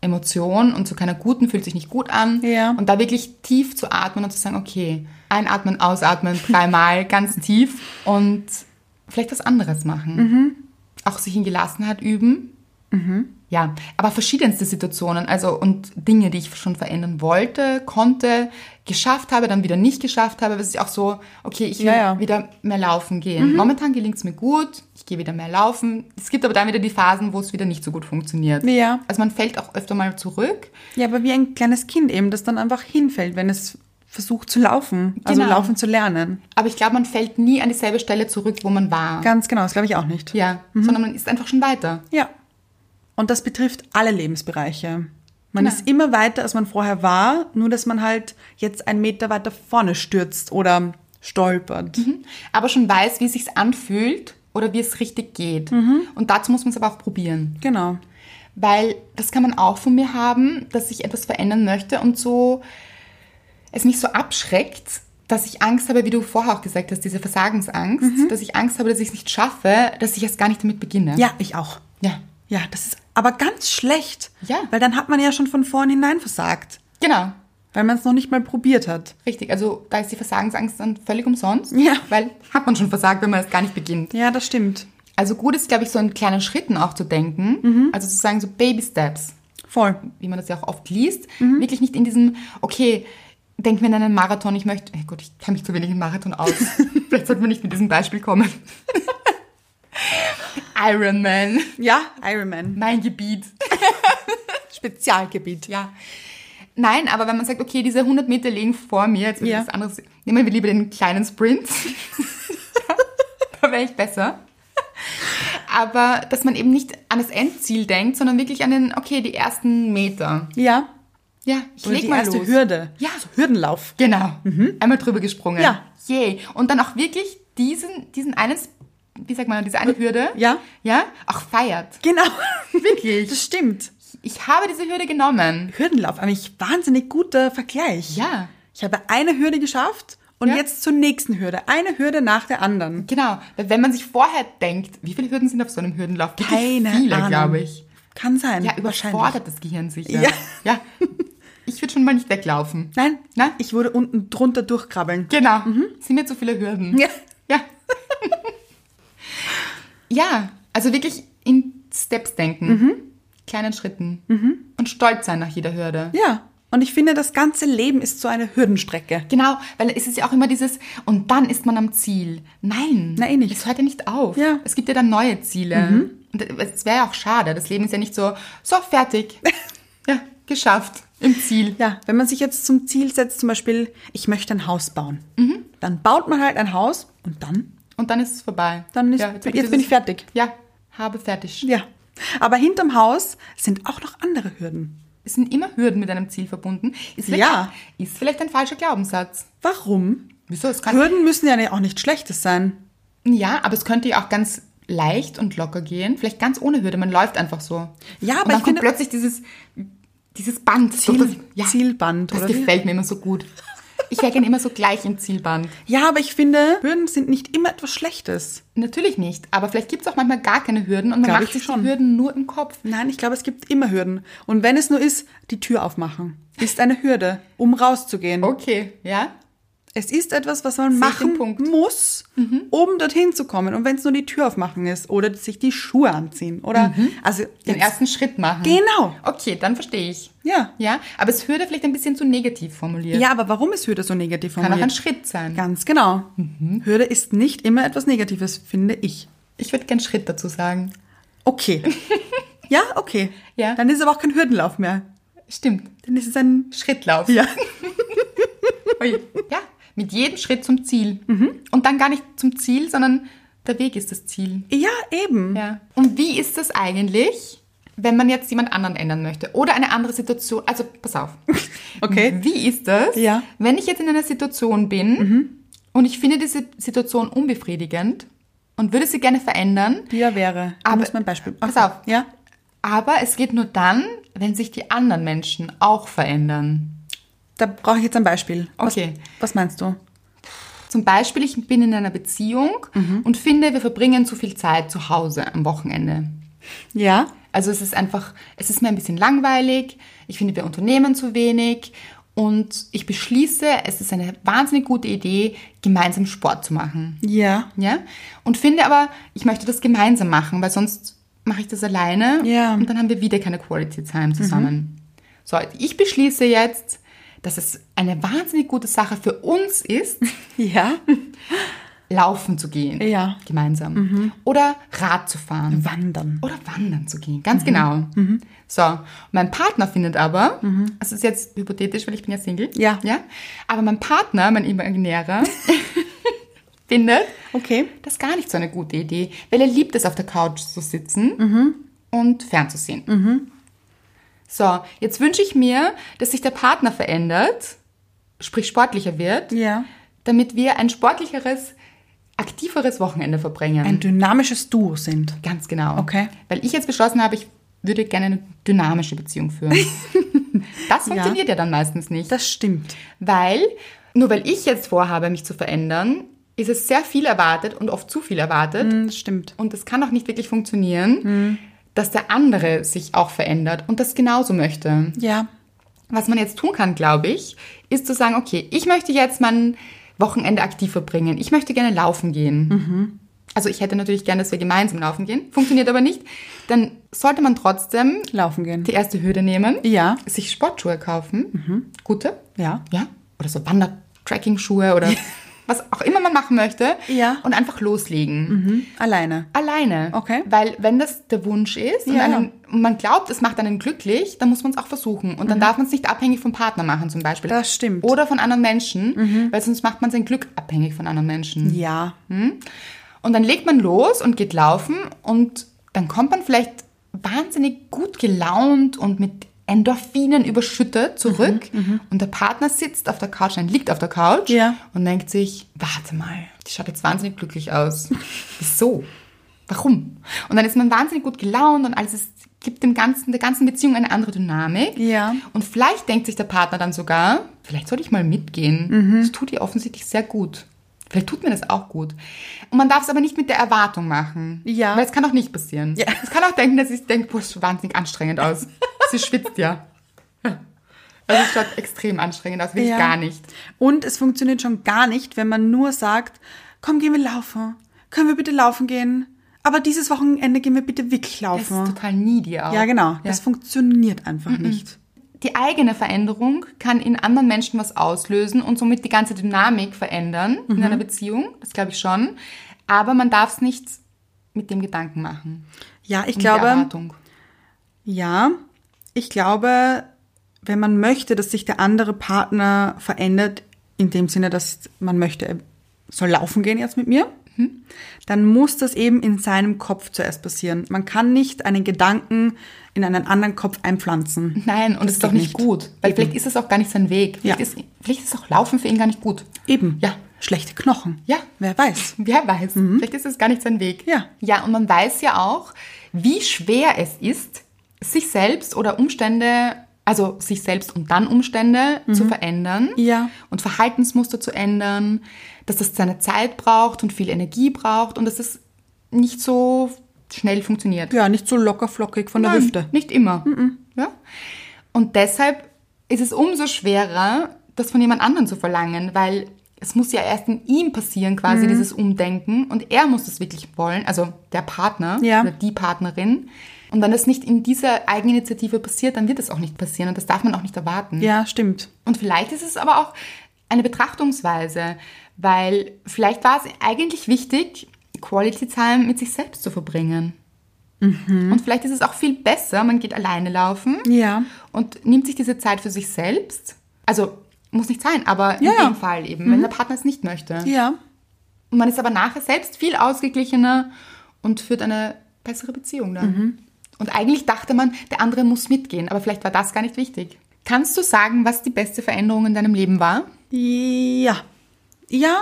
S2: Emotionen und zu keiner guten, fühlt sich nicht gut an.
S1: Ja.
S2: Und da wirklich tief zu atmen und zu sagen, okay,
S1: [LAUGHS]
S2: einatmen, ausatmen, dreimal ganz tief und vielleicht was anderes machen.
S1: Mhm.
S2: Auch sich in Gelassenheit üben. Ja, aber verschiedenste Situationen, also und Dinge, die ich schon verändern wollte, konnte, geschafft habe, dann wieder nicht geschafft habe, was ich auch so, okay, ich will
S1: Ja, ja. Mhm.
S2: wieder mehr laufen gehen. Momentan gelingt's mir gut, ich gehe wieder mehr laufen. Es gibt aber dann wieder die Phasen, wo es wieder nicht so gut funktioniert.
S1: Ja.
S2: Also man fällt auch öfter mal zurück.
S1: Ja, aber wie ein kleines Kind eben, das dann einfach hinfällt, wenn es versucht zu laufen, also
S2: Genau.
S1: laufen zu lernen.
S2: Aber ich glaube, man fällt nie an dieselbe Stelle zurück, wo man war.
S1: Ganz genau, das glaube ich auch nicht.
S2: Ja, sondern man ist einfach schon weiter.
S1: Ja. Und das betrifft alle Lebensbereiche. Man
S2: Ja.
S1: ist immer weiter, als man vorher war, nur dass man halt jetzt einen Meter weiter vorne stürzt oder stolpert.
S2: Aber schon weiß, wie es sich anfühlt oder wie es richtig geht.
S1: Mhm.
S2: Und dazu muss man es aber auch probieren.
S1: Genau.
S2: Weil das kann man auch von mir haben, dass ich etwas verändern möchte und so es mich so abschreckt, dass ich Angst habe, wie du vorher auch gesagt hast, diese Versagensangst,
S1: Mhm.
S2: dass ich Angst habe, dass ich es nicht schaffe, dass ich erst gar nicht damit beginne.
S1: Ja, ich auch.
S2: Ja.
S1: Ja, das ist aber ganz schlecht.
S2: Ja.
S1: Weil dann hat man ja schon von vornherein versagt,
S2: Genau.
S1: weil man es noch nicht mal probiert hat.
S2: Richtig. Also da ist die Versagensangst dann völlig umsonst.
S1: Ja.
S2: Weil hat man schon versagt, wenn man erst gar nicht beginnt.
S1: Ja, das stimmt.
S2: Also gut ist, glaube ich, so in kleinen Schritten auch zu denken.
S1: Mhm.
S2: Also zu sagen, so Baby Steps.
S1: Voll.
S2: wie man das ja auch oft liest,
S1: Mhm.
S2: wirklich nicht in diesem, okay, denk mir an einen Marathon, ich möchte, eh gut, ich kann mich zu wenig im Marathon
S1: [LAUGHS]
S2: aus. Vielleicht sollten wir nicht mit diesem Beispiel kommen. Ironman,
S1: Ja, Ironman.
S2: mein Gebiet.
S1: [LAUGHS] Spezialgebiet.
S2: Ja. Nein, aber wenn man sagt, okay, diese 100 Meter liegen vor mir, jetzt will
S1: Ja.
S2: ich was anderes, nehmen wir lieber den
S1: [LAUGHS]
S2: kleinen Sprint. da wäre ich besser. Aber dass man eben nicht an das Endziel denkt, sondern wirklich an den, okay, die ersten Meter.
S1: Ja.
S2: Ja, ich
S1: Oder
S2: leg
S1: die
S2: mal
S1: erste
S2: los.
S1: Hürde.
S2: Ja.
S1: So Hürdenlauf.
S2: Genau. Einmal drüber gesprungen.
S1: Ja.
S2: Yay. Und dann auch wirklich diesen, diesen einen, wie sagt man, diese eine Hürde.
S1: Äh, Ja.
S2: Ja. Auch feiert.
S1: Genau.
S2: Wirklich.
S1: [LAUGHS] Das stimmt.
S2: Ich habe diese Hürde genommen.
S1: Hürdenlauf, eigentlich wahnsinnig guter Vergleich.
S2: Ja.
S1: Ich habe eine Hürde geschafft und
S2: Ja.
S1: jetzt zur nächsten Hürde. Eine Hürde nach der anderen.
S2: Genau. Weil wenn man sich vorher denkt, wie viele Hürden sind auf so einem Hürdenlauf? Wirklich viele, glaube ich.
S1: Kann sein.
S2: Ja,
S1: wahrscheinlich.
S2: überfordert das Gehirn sich. Ja.
S1: Ja.
S2: ja. Ich würde schon mal nicht weglaufen.
S1: Nein,
S2: Na?
S1: ich würde unten drunter durchkrabbeln.
S2: Genau.
S1: Mhm.
S2: Sind mir zu viele Hürden.
S1: Ja.
S2: Ja. [LAUGHS] ja, also wirklich in Steps denken.
S1: Mhm.
S2: Kleinen Schritten. Und stolz sein nach jeder Hürde.
S1: [LAUGHS] Ja. Und ich finde, das ganze Leben ist so eine Hürdenstrecke.
S2: Genau, weil es ist ja auch immer dieses, und dann ist man am Ziel. Nein.
S1: Na, eh nicht.
S2: Es hört ja nicht auf.
S1: Ja. Mhm.
S2: Es gibt ja dann neue Ziele. Und es wäre ja auch schade. Das Leben ist ja nicht so, so,
S1: [LAUGHS]
S2: fertig. ja, geschafft. Im Ziel.
S1: Ja, wenn man sich jetzt zum Ziel setzt, zum Beispiel, ich möchte ein Haus bauen,
S2: Mhm.
S1: dann baut man halt ein Haus und dann,
S2: Und dann ist es vorbei.
S1: dann ist,
S2: ja,
S1: jetzt,
S2: hab
S1: bin
S2: dieses-
S1: ich fertig.
S2: Ja, habe fertig.
S1: Ja. Aber hinterm Haus sind auch noch andere Hürden.
S2: Es sind immer Hürden mit einem Ziel verbunden. Ist vielleicht,
S1: Ja.
S2: ist vielleicht ein falscher Glaubenssatz.
S1: Warum?
S2: Wieso? Es kann,
S1: Hürden müssen ja auch nicht Schlechtes sein.
S2: ja, aber es könnte ja auch ganz leicht und locker gehen. Vielleicht ganz ohne Hürde. Man läuft einfach so.
S1: Ja, aber ich
S2: und dann kommt
S1: finde-
S2: plötzlich dieses, dieses Band.
S1: Ziel-
S2: durch das,
S1: Zielband,
S2: Das
S1: oder wie?
S2: gefällt mir immer so gut. Ich wäre gerne immer so gleich im Zielband.
S1: Ja, aber ich finde, Hürden sind nicht immer etwas Schlechtes.
S2: Natürlich nicht, aber vielleicht gibt es auch manchmal gar keine Hürden und man
S1: Glaub ich
S2: macht sich
S1: schon.
S2: die Hürden nur im Kopf.
S1: Nein, ich glaube, es gibt immer Hürden. Und wenn es nur ist, die Tür aufmachen, ist eine Hürde, um rauszugehen.
S2: Okay, ja?
S1: Es ist etwas, was man
S2: Sehe ich den
S1: machen
S2: Punkt.
S1: muss, um dorthin zu kommen. Und wenn es nur die Tür aufmachen ist oder sich die Schuhe anziehen oder also
S2: Den
S1: jetzt-
S2: ersten Schritt machen.
S1: Genau.
S2: Okay, dann verstehe ich.
S1: Ja.
S2: Ja, aber es würde vielleicht ein bisschen zu negativ formuliert.
S1: Ja, aber warum ist Hürde so negativ
S2: Kann auch ein
S1: formuliert?
S2: Schritt sein.
S1: Ganz genau. Hürde ist nicht immer etwas Negatives, finde ich.
S2: Ich würde gern Schritt dazu sagen.
S1: [LAUGHS] Okay. ja, okay.
S2: Ja.
S1: Dann ist es aber auch kein Hürdenlauf mehr.
S2: Stimmt.
S1: Dann ist es ein
S2: Schrittlauf.
S1: Ja. [LAUGHS]
S2: Ui. ja. Mit jedem Schritt zum Ziel.
S1: Mhm.
S2: Und dann gar nicht zum Ziel, sondern der Weg ist das Ziel.
S1: Ja, eben.
S2: Ja. Und wie ist das eigentlich, wenn man jetzt jemand anderen ändern möchte oder eine andere Situation? Also, pass auf.
S1: [LAUGHS] Okay.
S2: Wie ist das,
S1: Ja. Mhm.
S2: wenn ich jetzt in einer Situation bin und ich finde diese Situation unbefriedigend und würde sie gerne verändern,
S1: Die da wäre. Du
S2: Aber-
S1: musst mir ein Beispiel.
S2: pass
S1: Okay.
S2: auf.
S1: Ja.
S2: aber es geht nur dann, wenn sich die anderen Menschen auch verändern.
S1: Da brauche ich jetzt ein Beispiel.
S2: Okay.
S1: Was, was meinst du?
S2: Zum Beispiel, ich bin in einer Beziehung
S1: Mhm.
S2: und finde, wir verbringen zu viel Zeit zu Hause am Wochenende.
S1: Ja.
S2: Also es ist einfach, es ist mir ein bisschen langweilig, ich finde, wir unternehmen zu wenig und ich beschließe, es ist eine wahnsinnig gute Idee, gemeinsam Sport zu machen.
S1: Ja.
S2: Ja? Und finde aber, ich möchte das gemeinsam machen, weil sonst mache ich das alleine
S1: Ja. Mhm.
S2: und dann haben wir wieder keine Quality Time zusammen. So, ich beschließe jetzt, dass es eine wahnsinnig gute Sache für uns ist,
S1: Ja.
S2: laufen zu gehen.
S1: [LAUGHS] Ja.
S2: Gemeinsam. Oder Rad zu fahren.
S1: Mhm. Wandern. Mhm.
S2: Oder wandern zu gehen, ganz genau. So, mein Partner findet aber, also ist jetzt hypothetisch, weil ich bin ja Single.
S1: Ja.
S2: ja aber mein Partner, mein
S1: [LAUGHS]
S2: imaginärer, findet
S1: Okay.
S2: das gar nicht so eine gute Idee, weil er liebt es, auf der Couch zu sitzen
S1: Mhm.
S2: und fernzusehen. So, jetzt wünsche ich mir, dass sich der Partner verändert, sprich sportlicher wird,
S1: Ja.
S2: damit wir ein sportlicheres, aktiveres Wochenende verbringen.
S1: Ein dynamisches Duo sind.
S2: Ganz genau.
S1: Okay.
S2: Weil ich jetzt beschlossen habe, ich würde gerne eine dynamische Beziehung führen.
S1: [LAUGHS]
S2: das funktioniert ja. dann meistens nicht.
S1: Das stimmt.
S2: Weil, nur weil ich jetzt vorhabe, mich zu verändern, ist es sehr viel erwartet und oft zu viel erwartet.
S1: Das stimmt.
S2: Und es kann auch nicht wirklich funktionieren,
S1: Mhm.
S2: dass der andere sich auch verändert und das genauso möchte.
S1: Ja.
S2: Was man jetzt tun kann, glaube ich, ist zu sagen, okay, ich möchte jetzt mein Wochenende aktiv verbringen. Ich möchte gerne laufen gehen.
S1: Mhm.
S2: Also ich hätte natürlich gerne, dass wir gemeinsam laufen gehen. Funktioniert aber nicht. Dann sollte man trotzdem
S1: Laufen gehen.
S2: die erste Hürde nehmen.
S1: Ja. Mhm.
S2: Sich Sportschuhe kaufen. Gute.
S1: Ja.
S2: Ja. Oder so Wander-Tracking-Schuhe oder was auch immer man machen möchte.
S1: Ja. Mhm.
S2: Und einfach loslegen
S1: Alleine.
S2: alleine.
S1: Okay.
S2: Weil wenn das der Wunsch ist und,
S1: Ja, ja.
S2: einen, und man glaubt, es macht einen glücklich, dann muss man es auch versuchen. Und dann darf man es nicht abhängig vom Partner machen zum Beispiel.
S1: Mhm. Das stimmt. Mhm.
S2: Oder von anderen Menschen, weil sonst macht man sein Glück abhängig von anderen Menschen.
S1: Ja.
S2: Und dann legt man los und geht laufen und dann kommt man vielleicht wahnsinnig gut gelaunt und mit Endorphinen überschüttet zurück und der Partner sitzt auf der Couch, nein, liegt auf der Couch
S1: Mhm, Ja.
S2: und denkt sich, warte mal, die schaut jetzt wahnsinnig glücklich
S1: [LAUGHS]
S2: aus. Wieso? Warum? Und dann ist man wahnsinnig gut gelaunt und alles ist, gibt dem ganzen, der ganzen Beziehung eine andere Dynamik.
S1: Ja.
S2: Und vielleicht denkt sich der Partner dann sogar, vielleicht sollte ich mal mitgehen.
S1: Mhm.
S2: Das tut ihr offensichtlich sehr gut. Vielleicht tut mir das auch gut. Und man darf es aber nicht mit der Erwartung machen.
S1: Ja.
S2: Weil es kann auch nicht passieren.
S1: Ja.
S2: Es kann auch denken, dass ich denke, boah, es schaut wahnsinnig anstrengend aus.
S1: [LAUGHS]
S2: Sie schwitzt ja. Also es schaut extrem anstrengend aus, will
S1: Ja.
S2: ich gar nicht.
S1: Und es funktioniert schon gar nicht, wenn man nur sagt, komm, gehen wir laufen. Können wir bitte laufen gehen? Aber dieses Wochenende gehen wir bitte wirklich
S2: Das ist
S1: laufen.
S2: total Mhm. needy auch.
S1: Ja, genau. Das funktioniert einfach nicht.
S2: die eigene Veränderung kann in anderen Menschen was auslösen und somit die ganze Dynamik verändern
S1: Mhm.
S2: in einer Beziehung. Das glaube ich schon. Aber man darf es nicht mit dem Gedanken machen.
S1: Ja, ich
S2: Und der
S1: glaube,
S2: Erwartung.
S1: ja, ich glaube, wenn man möchte, dass sich der andere Partner verändert, in dem Sinne, dass man möchte, er soll laufen gehen jetzt mit mir,
S2: Mhm.
S1: dann muss das eben in seinem Kopf zuerst passieren. Man kann nicht einen Gedanken in einen anderen Kopf einpflanzen.
S2: Nein, und es ist auch
S1: geht
S2: nicht
S1: nicht.
S2: gut. Weil vielleicht ist es auch gar nicht sein Weg.
S1: Ja.
S2: Vielleicht, ist, vielleicht ist auch Laufen für ihn gar nicht gut.
S1: Eben.
S2: Ja.
S1: Schlechte Knochen.
S2: Ja.
S1: Wer weiß.
S2: Wer weiß, vielleicht ist es gar nicht sein Weg.
S1: Mhm. Ja.
S2: Ja, und man weiß ja auch, wie schwer es ist, sich selbst oder Umstände also sich selbst und dann Umstände zu verändern
S1: Mhm. Ja.
S2: und Verhaltensmuster zu ändern, dass das seine Zeit braucht und viel Energie braucht und dass das nicht so schnell funktioniert.
S1: Ja, nicht so lockerflockig von der
S2: Nein,
S1: Hüfte.
S2: Nicht immer. Ja? Und deshalb ist es umso schwerer, das von jemand anderem zu verlangen, weil es muss ja erst in ihm passieren, quasi
S1: Mhm.
S2: dieses Umdenken. Und er muss das wirklich wollen, also der Partner
S1: Ja.
S2: oder die Partnerin. Und wenn das nicht in dieser Eigeninitiative passiert, dann wird es auch nicht passieren. Und das darf man auch nicht erwarten.
S1: Ja, stimmt.
S2: Und vielleicht ist es aber auch eine Betrachtungsweise, weil vielleicht war es eigentlich wichtig, Quality Time mit sich selbst zu verbringen. Und vielleicht ist es auch viel besser, man geht alleine laufen
S1: Mhm. Ja.
S2: und nimmt sich diese Zeit für sich selbst. Also muss nicht sein, aber
S1: Ja,
S2: in
S1: ja. Mhm.
S2: dem Fall eben, wenn der Partner es nicht möchte.
S1: Ja.
S2: Und man ist aber nachher selbst viel ausgeglichener und führt eine bessere Beziehung dann.
S1: Mhm.
S2: Und eigentlich dachte man, der andere muss mitgehen, aber vielleicht war das gar nicht wichtig. Kannst du sagen, was die beste Veränderung in deinem Leben war?
S1: Ja. Ja,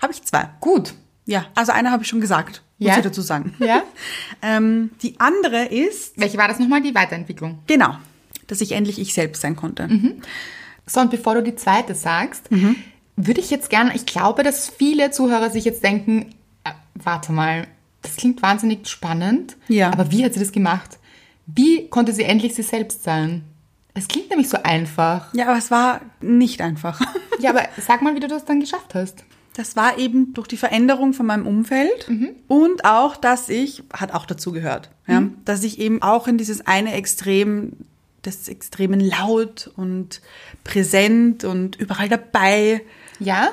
S1: habe ich zwei.
S2: Gut.
S1: Ja, also eine habe ich schon gesagt, muss
S2: Ja?
S1: ich dazu sagen.
S2: [LAUGHS] Ja.
S1: [LAUGHS] ähm, die andere ist,
S2: Welche war das nochmal? Die Weiterentwicklung.
S1: genau, dass ich endlich ich selbst sein konnte.
S2: Mhm. So, und bevor du die zweite sagst,
S1: Mhm.
S2: würde ich jetzt gerne, ich glaube, dass viele Zuhörer sich jetzt denken, äh, warte mal, das klingt wahnsinnig spannend,
S1: Ja.
S2: aber wie hat sie das gemacht? Wie konnte sie endlich sie selbst sein? Es klingt nämlich so einfach.
S1: Ja, aber es war nicht einfach. [LAUGHS]
S2: Ja, aber sag mal, wie du das dann geschafft hast.
S1: Das war eben durch die Veränderung von meinem Umfeld
S2: Mhm.
S1: und auch, dass ich, hat auch dazu gehört, ja,
S2: Mhm.
S1: dass ich eben auch in dieses eine Extrem des extremen laut und präsent und überall dabei.
S2: Ja,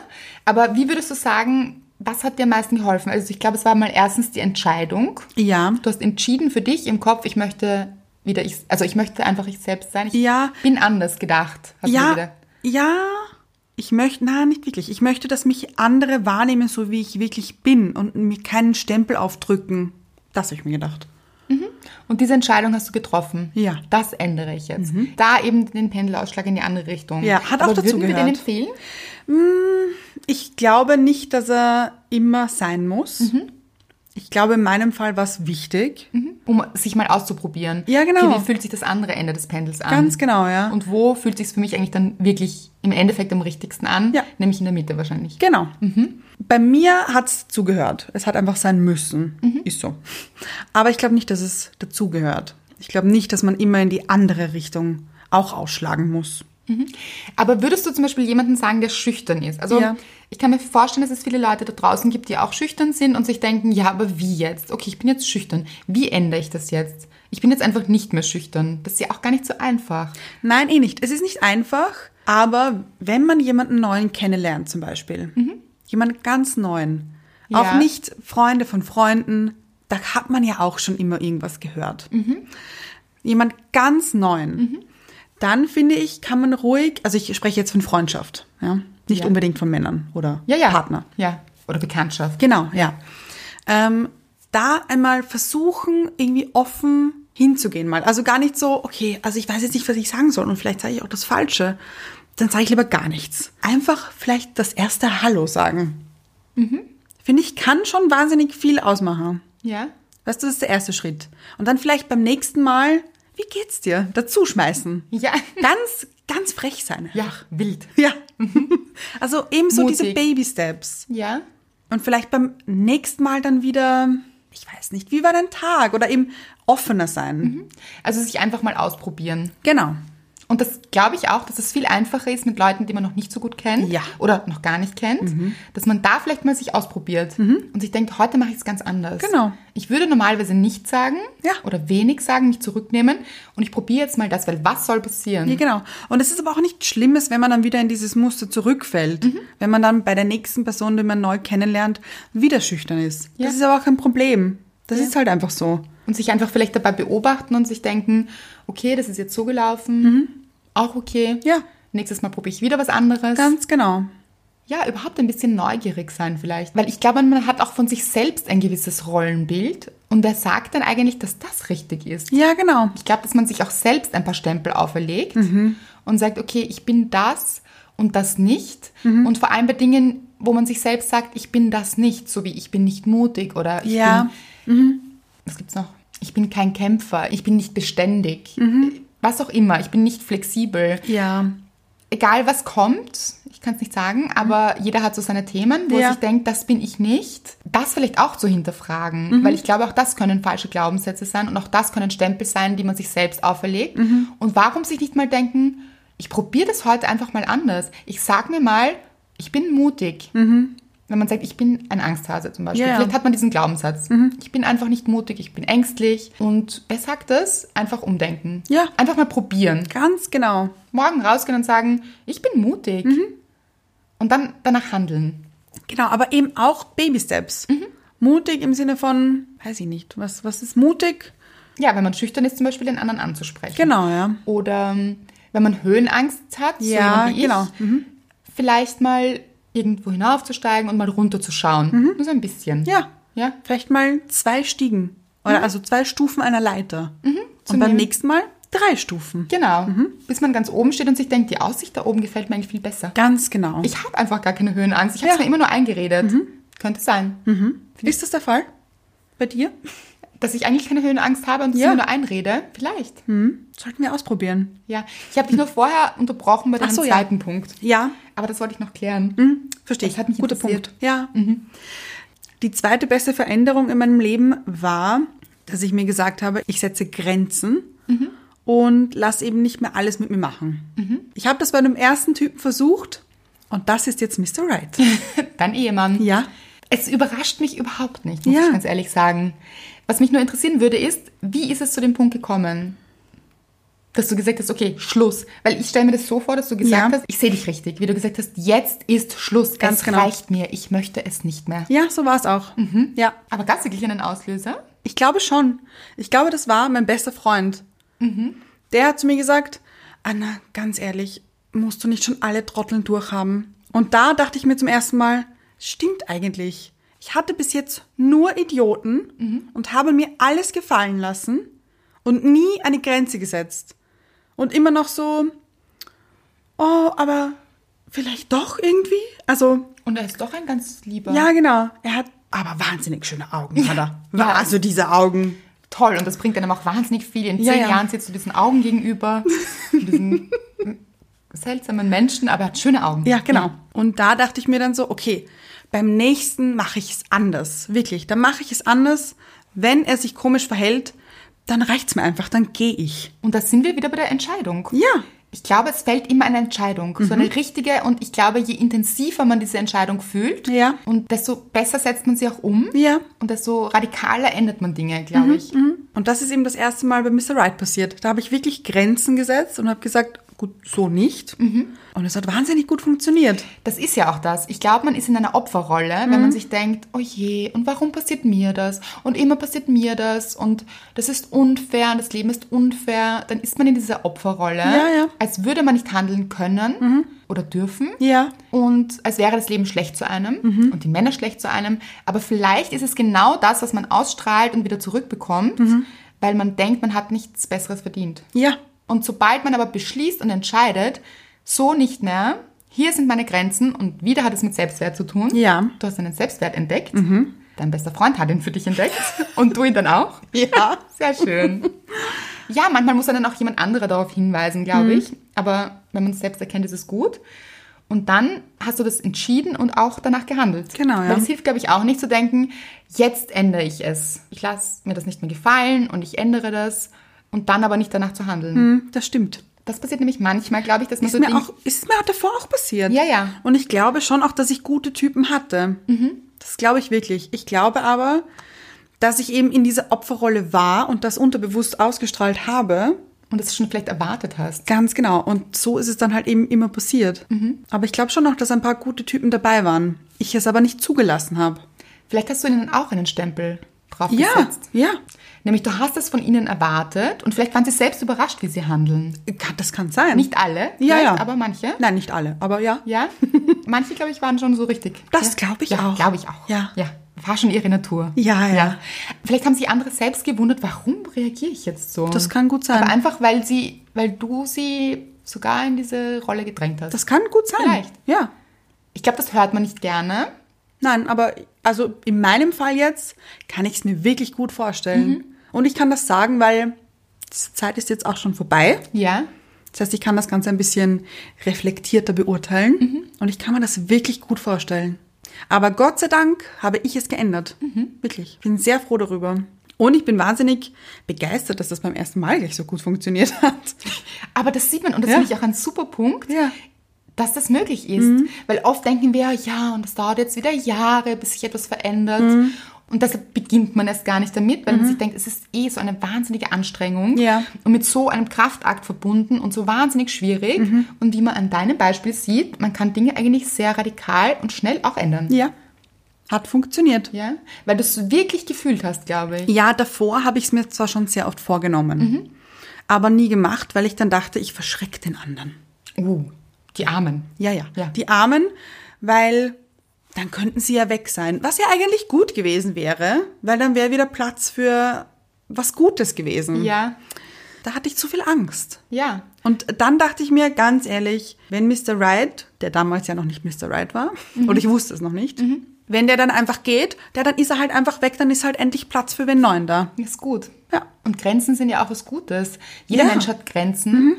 S2: aber wie würdest du sagen, was hat dir am meisten geholfen? Also ich glaube, es war mal erstens die Entscheidung.
S1: Ja.
S2: Du hast entschieden für dich im Kopf, ich möchte wieder ich, also ich möchte einfach ich selbst sein. Ich
S1: Ja.
S2: bin anders gedacht. Hast du
S1: Ja,
S2: wieder.
S1: ja, ich möchte, na, nicht wirklich. Ich möchte, dass mich andere wahrnehmen, so wie ich wirklich bin und mir keinen Stempel aufdrücken. Das habe ich mir gedacht.
S2: Und diese Entscheidung hast du getroffen.
S1: Ja. Mhm.
S2: Das ändere ich jetzt. Da eben den Pendelausschlag in die andere Richtung.
S1: Ja, hat auch
S2: aber
S1: dazu
S2: würden wir den
S1: gehört.
S2: empfehlen?
S1: Ich glaube nicht, dass er immer sein muss.
S2: Mhm.
S1: Ich glaube, in meinem Fall war es wichtig.
S2: Um sich mal auszuprobieren.
S1: Ja, genau.
S2: Okay, wie fühlt sich das andere Ende des Pendels an?
S1: Ganz genau, ja.
S2: Und wo fühlt sich für mich eigentlich dann wirklich im Endeffekt am richtigsten an?
S1: Ja.
S2: Nämlich in der Mitte wahrscheinlich.
S1: Genau.
S2: Mhm.
S1: Bei mir hat es zugehört. Es hat einfach sein müssen.
S2: Mhm.
S1: Ist so. Aber ich glaube nicht, dass es dazugehört. Ich glaube nicht, dass man immer in die andere Richtung auch ausschlagen muss.
S2: Aber würdest du zum Beispiel jemanden sagen, der schüchtern ist? Also
S1: Ja.
S2: ich kann mir vorstellen, dass es viele Leute da draußen gibt, die auch schüchtern sind und sich denken, ja, aber wie jetzt? Okay, ich bin jetzt schüchtern. Wie ändere ich das jetzt? Ich bin jetzt einfach nicht mehr schüchtern. Das ist ja auch gar nicht so einfach.
S1: Nein, eh nicht. Es ist nicht einfach, aber wenn man jemanden neuen kennenlernt, zum Beispiel, jemanden ganz neuen,
S2: Ja.
S1: auch nicht Freunde von Freunden, da hat man ja auch schon immer irgendwas gehört. Jemand ganz neuen, dann finde ich, kann man ruhig, also ich spreche jetzt von Freundschaft, ja? nicht
S2: Ja.
S1: unbedingt von Männern oder
S2: Ja, ja.
S1: Partner.
S2: Ja. Oder Bekanntschaft.
S1: Genau, ja. Ähm, da einmal versuchen, irgendwie offen hinzugehen mal. Also gar nicht so, okay, also ich weiß jetzt nicht, was ich sagen soll und vielleicht sage ich auch das Falsche. Dann sage ich lieber gar nichts. Einfach vielleicht das erste Hallo sagen.
S2: Mhm.
S1: Finde ich, kann schon wahnsinnig viel ausmachen.
S2: Ja.
S1: Weißt du, das ist der erste Schritt. Und dann vielleicht beim nächsten Mal, wie geht's dir? Dazu schmeißen.
S2: Ja.
S1: Ganz, ganz frech sein.
S2: Ja, wild.
S1: Ja. [LAUGHS] Also ebenso diese
S2: Mutig.
S1: Baby Steps.
S2: Ja.
S1: Und vielleicht beim nächsten Mal dann wieder, ich weiß nicht, wie war dein Tag? Oder eben offener sein.
S2: Also sich einfach mal ausprobieren.
S1: Genau.
S2: Und das glaube ich auch, dass es viel einfacher ist mit Leuten, die man noch nicht so gut kennt
S1: Ja. Mhm.
S2: oder noch gar nicht kennt, dass man da vielleicht mal sich ausprobiert und sich denkt, heute mache ich es ganz anders.
S1: Genau.
S2: Ich würde normalerweise nichts sagen
S1: Ja.
S2: oder wenig sagen, mich zurücknehmen und ich probiere jetzt mal das, weil was soll passieren?
S1: Ja, genau. Und es ist aber auch nichts Schlimmes, wenn man dann wieder in dieses Muster zurückfällt. Wenn man dann bei der nächsten Person, die man neu kennenlernt, wieder schüchtern ist.
S2: Ja.
S1: Das ist aber auch kein Problem. Das ist halt einfach so.
S2: Und sich einfach vielleicht dabei beobachten und sich denken, okay, das ist jetzt so gelaufen, auch okay.
S1: Mhm. Ja.
S2: Nächstes Mal probiere ich wieder was anderes.
S1: Ganz genau.
S2: Ja, überhaupt ein bisschen neugierig sein vielleicht. Weil ich glaube, man hat auch von sich selbst ein gewisses Rollenbild. Und wer sagt denn eigentlich, dass das richtig ist?
S1: Ja, genau.
S2: Ich glaube, dass man sich auch selbst ein paar Stempel auferlegt und sagt, okay, ich bin das und das nicht. Und vor allem bei Dingen, wo man sich selbst sagt, ich bin das nicht, so wie ich bin nicht mutig oder ich
S1: Ja.
S2: bin, was gibt's noch? Ich bin kein Kämpfer, ich bin nicht beständig. was auch immer. Ich bin nicht flexibel.
S1: Ja.
S2: Egal was kommt, ich kann es nicht sagen, aber jeder hat so seine Themen, wo
S1: Mhm. Ja.
S2: er sich denkt, das bin ich nicht. Das vielleicht auch zu
S1: Mhm.
S2: hinterfragen, weil ich glaube, auch das können falsche Glaubenssätze sein und auch das können Stempel sein, die man sich selbst auferlegt.
S1: Mhm.
S2: Und warum sich nicht mal denken, ich probiere das heute einfach mal anders. Ich sag mir mal, ich bin mutig. Wenn man sagt, ich bin ein Angsthase zum Beispiel.
S1: Mhm. Ja, Mhm. ja.
S2: Vielleicht hat man diesen Glaubenssatz. Ich bin einfach nicht mutig, ich bin ängstlich. Und wer sagt das? Einfach umdenken.
S1: Ja.
S2: Einfach mal probieren.
S1: Ganz genau.
S2: Morgen rausgehen und sagen, ich bin mutig.
S1: Mhm.
S2: Und dann danach handeln.
S1: Genau, aber eben auch Baby Steps. Mutig im Sinne von, weiß ich nicht, was, was ist mutig?
S2: Ja, wenn man schüchtern ist, zum Beispiel den anderen anzusprechen.
S1: Genau, ja.
S2: Oder ähm, wenn man Höhenangst hat, so
S1: Ja,
S2: jemand wie
S1: genau.
S2: ich, vielleicht mal irgendwo hinaufzusteigen und mal runterzuschauen. Nur so ein bisschen.
S1: Mhm. Ja.
S2: Ja,
S1: Vielleicht mal zwei Stiegen. Oder also zwei Stufen einer Leiter. Und beim
S2: Mhm. nehmen.
S1: nächsten Mal drei Stufen.
S2: genau.
S1: Mhm.
S2: Bis man ganz oben steht und sich denkt, die Aussicht da oben gefällt mir eigentlich viel besser.
S1: Ganz genau.
S2: Ich habe einfach gar keine Höhenangst. Ich habe es
S1: Ja. Mhm.
S2: mir immer nur eingeredet. Könnte sein,
S1: ist das der Fall? Bei dir?
S2: dass ich eigentlich keine Höhenangst habe und es
S1: Ja.
S2: mir nur einrede. Vielleicht.
S1: Sollten wir ausprobieren.
S2: Ja. Ich habe dich nur vorher unterbrochen bei
S1: Ach
S2: deinem
S1: so, ja. Mhm.
S2: zweiten Punkt.
S1: Ja,
S2: Aber das wollte ich noch klären.
S1: verstehe
S2: Das
S1: ich.
S2: hat mich interessiert. Mhm.
S1: Ja. Die zweite beste Veränderung in meinem Leben war, dass ich mir gesagt habe, ich setze Grenzen
S2: Mhm.
S1: und lass eben nicht mehr alles mit mir machen. Ich habe das bei einem ersten Typen versucht und das ist jetzt Mr. Right.
S2: [LAUGHS] Dein Ehemann.
S1: Ja.
S2: Es überrascht mich überhaupt nicht, muss
S1: Ja.
S2: ich ganz ehrlich sagen. Was mich nur interessieren würde, ist, wie ist es zu dem Punkt gekommen, dass du gesagt hast, okay, Schluss. Weil ich stelle mir das so vor, dass du gesagt
S1: Ja.
S2: hast, ich sehe dich richtig, wie du gesagt hast, jetzt ist Schluss.
S1: Ganz
S2: es
S1: genau.
S2: reicht mir, ich möchte es nicht mehr.
S1: Ja, so war es auch.
S2: Mhm.
S1: Ja.
S2: Aber gab es wirklich einen Auslöser?
S1: Ich glaube schon. Ich glaube, das war mein bester Freund. Der hat zu mir gesagt, Anna, ganz ehrlich, musst du nicht schon alle Trotteln durchhaben? Und da dachte ich mir zum ersten Mal, stimmt eigentlich. Ich hatte bis jetzt nur Idioten und habe mir alles gefallen lassen und nie eine Grenze gesetzt. Und immer noch so, oh, aber vielleicht doch irgendwie? Also,
S2: Und er ist doch ein ganz lieber.
S1: ja, genau. Er hat aber wahnsinnig schöne Augen, hat er.
S2: Ja.
S1: Also diese Augen.
S2: Toll, und das bringt einem auch wahnsinnig viel. In zehn
S1: Ja, ja.
S2: Jahren sitzt du diesen Augen gegenüber, diesen [LAUGHS] seltsamen Menschen, aber er hat schöne Augen.
S1: Ja, genau. Und da dachte ich mir dann so, okay, beim nächsten mache ich es anders. Wirklich, dann mache ich es anders. Wenn er sich komisch verhält, dann reicht's mir einfach, dann gehe ich.
S2: Und da sind wir wieder bei der Entscheidung.
S1: Ja. Mhm.
S2: Ich glaube, es fällt immer eine Entscheidung, so eine richtige. Und ich glaube, je intensiver man diese Entscheidung fühlt,
S1: Ja.
S2: und desto besser setzt man sie auch um.
S1: Ja. Mhm.
S2: Und desto radikaler ändert man Dinge, glaube ich.
S1: Und das ist eben das erste Mal bei Mr. Right passiert. Da habe ich wirklich Grenzen gesetzt und habe gesagt, gut, so nicht. Und es hat wahnsinnig gut funktioniert.
S2: Das ist ja auch das. Ich glaube, man ist in einer Opferrolle,
S1: Mhm.
S2: wenn man sich denkt, oh je, und warum passiert mir das? Und immer passiert mir das. Und das ist unfair und das Leben ist unfair. Dann ist man in dieser Opferrolle,
S1: Ja, ja. Mhm.
S2: als würde man nicht handeln können oder dürfen.
S1: Ja.
S2: Und als wäre das Leben schlecht zu einem
S1: Mhm.
S2: und die Männer schlecht zu einem. Aber vielleicht ist es genau das, was man ausstrahlt und wieder zurückbekommt,
S1: Mhm.
S2: weil man denkt, man hat nichts Besseres verdient.
S1: Ja.
S2: Und sobald man aber beschließt und entscheidet, so nicht mehr, hier sind meine Grenzen und wieder hat es mit Selbstwert zu tun.
S1: Ja. Mhm.
S2: Du hast deinen Selbstwert entdeckt. Dein bester Freund hat ihn für dich entdeckt und du ihn dann auch.
S1: [LAUGHS] Ja.
S2: Sehr schön. ja, manchmal muss dann auch jemand anderer darauf hinweisen,
S1: Mhm.
S2: glaube ich. Aber wenn man es selbst erkennt, ist es gut. Und dann hast du das entschieden und auch danach gehandelt.
S1: Genau, ja.
S2: Weil es hilft, glaube ich, auch nicht zu denken, jetzt ändere ich es. Ich lasse mir das nicht mehr gefallen und ich ändere das. Und dann aber nicht danach zu handeln.
S1: Hm, Das stimmt.
S2: Das passiert nämlich manchmal, glaube ich, dass man
S1: Ist
S2: so
S1: mir
S2: Dinge-
S1: auch, ist mir auch davor auch passiert.
S2: Also Ja, ja. Mhm.
S1: Und ich glaube schon auch, dass ich gute Typen hatte. Das glaube ich wirklich. Ich glaube aber, dass ich eben in dieser Opferrolle war und das unterbewusst ausgestrahlt habe.
S2: und das schon vielleicht erwartet hast.
S1: Ganz genau. Und so ist es dann halt eben immer passiert.
S2: Mhm.
S1: Aber ich glaube schon auch, dass ein paar gute Typen dabei waren. Ich es aber nicht zugelassen habe.
S2: Vielleicht hast du ihnen auch einen Stempel
S1: Ja,
S2: draufgesetzt.
S1: ja.
S2: Nämlich du hast es von ihnen erwartet und vielleicht waren sie selbst überrascht, wie sie handeln.
S1: Kann- Das kann sein.
S2: Nicht alle,
S1: ja,
S2: vielleicht,
S1: ja.
S2: aber manche.
S1: Nein, nicht alle. Aber ja.
S2: Ja, [LAUGHS] manche, glaube ich, waren schon so richtig.
S1: Das
S2: Ja.
S1: glaube ich
S2: ja,
S1: auch.
S2: glaube ich auch.
S1: Ja.
S2: ja. War schon ihre Natur.
S1: Ja, ja.
S2: Vielleicht haben sich andere selbst gewundert, warum reagiere ich jetzt so?
S1: Das kann gut sein.
S2: Aber einfach, weil sie, weil du sie sogar in diese Rolle gedrängt hast.
S1: Das kann gut sein.
S2: Vielleicht.
S1: Ja.
S2: ich glaube, das hört man nicht gerne.
S1: Nein, aber also in meinem Fall jetzt kann ich es mir wirklich gut vorstellen. Und ich kann das sagen, weil Diese Zeit ist jetzt auch schon vorbei.
S2: Ja.
S1: Das heißt, ich kann das Ganze ein bisschen reflektierter beurteilen und ich kann mir das wirklich gut vorstellen. Aber Gott sei Dank habe ich es geändert. Wirklich. Ich bin sehr froh darüber. Und ich bin wahnsinnig begeistert, dass das beim ersten Mal gleich so gut funktioniert hat.
S2: Aber das sieht man, und das
S1: Ja.
S2: finde ich auch ein super Punkt,
S1: Ja. Mhm.
S2: dass das möglich ist. Weil oft denken wir, ja, und das dauert jetzt wieder Jahre, bis sich etwas verändert.
S1: Mhm.
S2: Und deshalb beginnt man erst gar nicht damit, weil man sich denkt, es ist eh so eine wahnsinnige Anstrengung
S1: Ja.
S2: und mit so einem Kraftakt verbunden und so wahnsinnig schwierig.
S1: Mhm.
S2: Und wie man an deinem Beispiel sieht, man kann Dinge eigentlich sehr radikal und schnell auch ändern.
S1: Ja. Hat funktioniert.
S2: Ja? Weil du es wirklich gefühlt hast, glaube ich.
S1: Ja, davor habe ich es mir zwar schon sehr oft vorgenommen,
S2: Mhm.
S1: aber nie gemacht, weil ich dann dachte, ich verschrecke den anderen.
S2: Uh, die Armen.
S1: Ja, ja,
S2: Ja.
S1: Die Armen, weil dann könnten sie ja weg sein. Was ja eigentlich gut gewesen wäre, weil dann wäre wieder Platz für was Gutes gewesen.
S2: Ja,
S1: Da hatte ich zu viel Angst.
S2: ja.
S1: Und dann dachte ich mir ganz ehrlich, wenn Mr. Right, der damals ja noch nicht Mr. Right war,
S2: Mhm.
S1: oder ich wusste es noch nicht, wenn der dann einfach geht, der, dann ist er halt einfach weg, dann ist halt endlich Platz für wen Neuen da.
S2: Ist gut.
S1: Ja.
S2: Und Grenzen sind ja auch was Gutes. Jeder
S1: Ja. Mhm.
S2: Mensch hat Grenzen.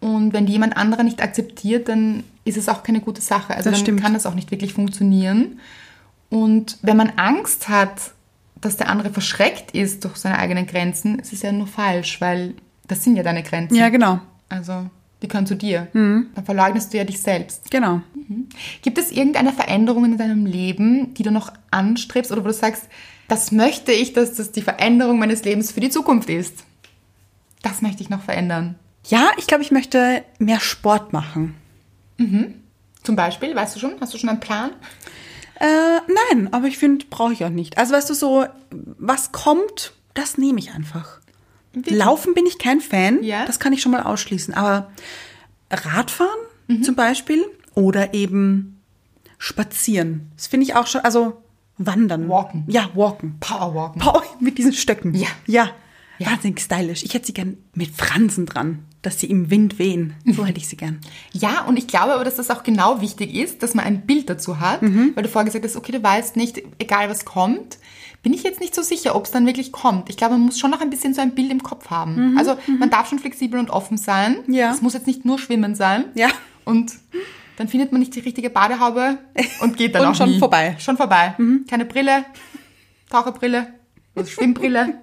S2: Und wenn die jemand anderer nicht akzeptiert, dann ist es auch keine gute Sache. Also
S1: Das
S2: dann
S1: stimmt.
S2: kann das auch nicht wirklich funktionieren. Und wenn man Angst hat, dass der andere verschreckt ist durch seine eigenen Grenzen, ist es ja nur falsch, weil das sind ja deine Grenzen.
S1: Ja, Mhm. genau.
S2: Also die können zu dir. Dann verleugnest du ja dich selbst.
S1: Genau.
S2: Gibt es irgendeine Veränderung in deinem Leben, die du noch anstrebst oder wo du sagst, das möchte ich, dass das die Veränderung meines Lebens für die Zukunft ist? Das möchte ich noch verändern.
S1: Ja, ich glaube, ich möchte mehr Sport machen.
S2: Zum Beispiel, weißt du schon, hast du schon einen Plan?
S1: Äh, nein, aber ich finde, brauche ich auch nicht. Also weißt du so, was kommt, das nehme ich einfach. Laufen bin ich kein Fan,
S2: Ja.
S1: das kann ich schon mal ausschließen. Aber Radfahren
S2: Mhm.
S1: zum Beispiel oder eben spazieren, das finde ich auch schon, also wandern.
S2: Walken.
S1: Ja, walken.
S2: Powerwalken.
S1: Boah, mit diesen Stöcken.
S2: Ja.
S1: Ja. Wahnsinnig stylisch. Ich hätte sie gern mit Fransen dran, dass sie im Wind wehen. So hätte ich sie gern.
S2: Ja, und ich glaube aber, dass das auch genau wichtig ist, dass man ein Bild dazu hat,
S1: Mhm.
S2: weil du vorher gesagt hast, okay, du weißt nicht, egal was kommt, bin ich jetzt nicht so sicher, ob es dann wirklich kommt. Ich glaube, man muss schon noch ein bisschen so ein Bild im Kopf haben. Also man darf schon flexibel und offen sein.
S1: Mhm, Ja.
S2: Es muss jetzt nicht nur Schwimmen sein.
S1: Ja.
S2: Und dann findet man nicht die
S1: [LAUGHS]
S2: richtige Badehaube und geht dann
S1: Und
S2: auch
S1: schon
S2: nie.
S1: vorbei. Mhm.
S2: Schon vorbei. Keine Brille, Taucherbrille, also Schwimmbrille.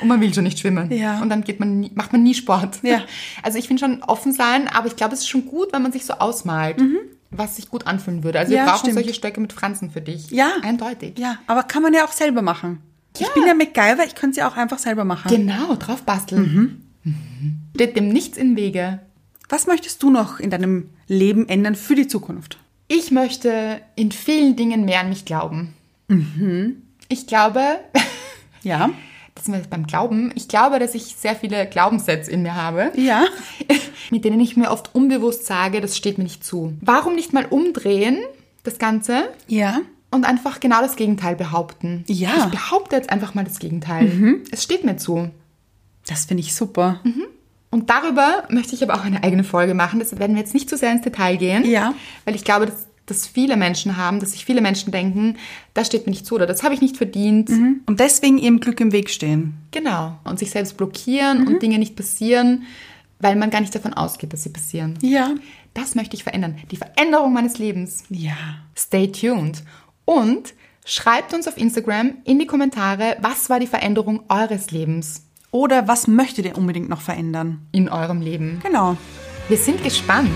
S2: Und man will schon nicht schwimmen.
S1: Ja.
S2: Und dann geht man nie, macht man nie Sport.
S1: Ja.
S2: Also ich finde schon offen sein, aber ich glaube, es ist schon gut, wenn man sich so ausmalt, was sich gut anfühlen würde. Also
S1: Mhm. Ja,
S2: wir brauchen
S1: stimmt.
S2: solche Stöcke mit Franzen für dich.
S1: Ja.
S2: Eindeutig.
S1: Ja, aber kann man ja auch selber machen. Ich bin ja MacGyver, ich könnte sie auch einfach selber machen.
S2: Genau, drauf basteln. Mhm. Steht dem nichts im Wege.
S1: Was möchtest du noch in deinem Leben ändern für die Zukunft?
S2: Ich möchte in vielen Dingen mehr an mich glauben.
S1: Mhm.
S2: Ich glaube, [LAUGHS]
S1: Ja.
S2: das sind wir jetzt beim Glauben, ich glaube, dass ich sehr viele Glaubenssätze in mir habe.
S1: Ja.
S2: [LAUGHS] mit denen ich mir oft unbewusst sage, das steht mir nicht zu. Warum nicht mal umdrehen, das Ganze,
S1: Ja.
S2: und einfach genau das Gegenteil behaupten?
S1: Ja. Mhm.
S2: Ich behaupte jetzt einfach mal das Gegenteil. Es steht mir zu.
S1: Das finde ich super.
S2: Und darüber möchte ich aber auch eine eigene Folge machen. Das werden wir jetzt nicht zu sehr ins Detail gehen.
S1: Ja.
S2: Weil ich glaube, dass, dass viele Menschen haben, dass sich viele Menschen denken, das steht mir nicht zu oder das habe ich nicht verdient.
S1: Mhm. Und deswegen ihrem Glück im Weg stehen.
S2: Genau. Und sich selbst blockieren
S1: Mhm.
S2: und Dinge nicht passieren, weil man gar nicht davon ausgeht, dass sie passieren.
S1: Ja.
S2: Das möchte ich verändern. Die Veränderung meines Lebens.
S1: Ja.
S2: Stay tuned und schreibt uns auf Instagram in die Kommentare, was war die Veränderung eures Lebens
S1: Oder was möchtet ihr unbedingt noch verändern?
S2: in eurem Leben.
S1: Genau.
S2: Wir sind gespannt.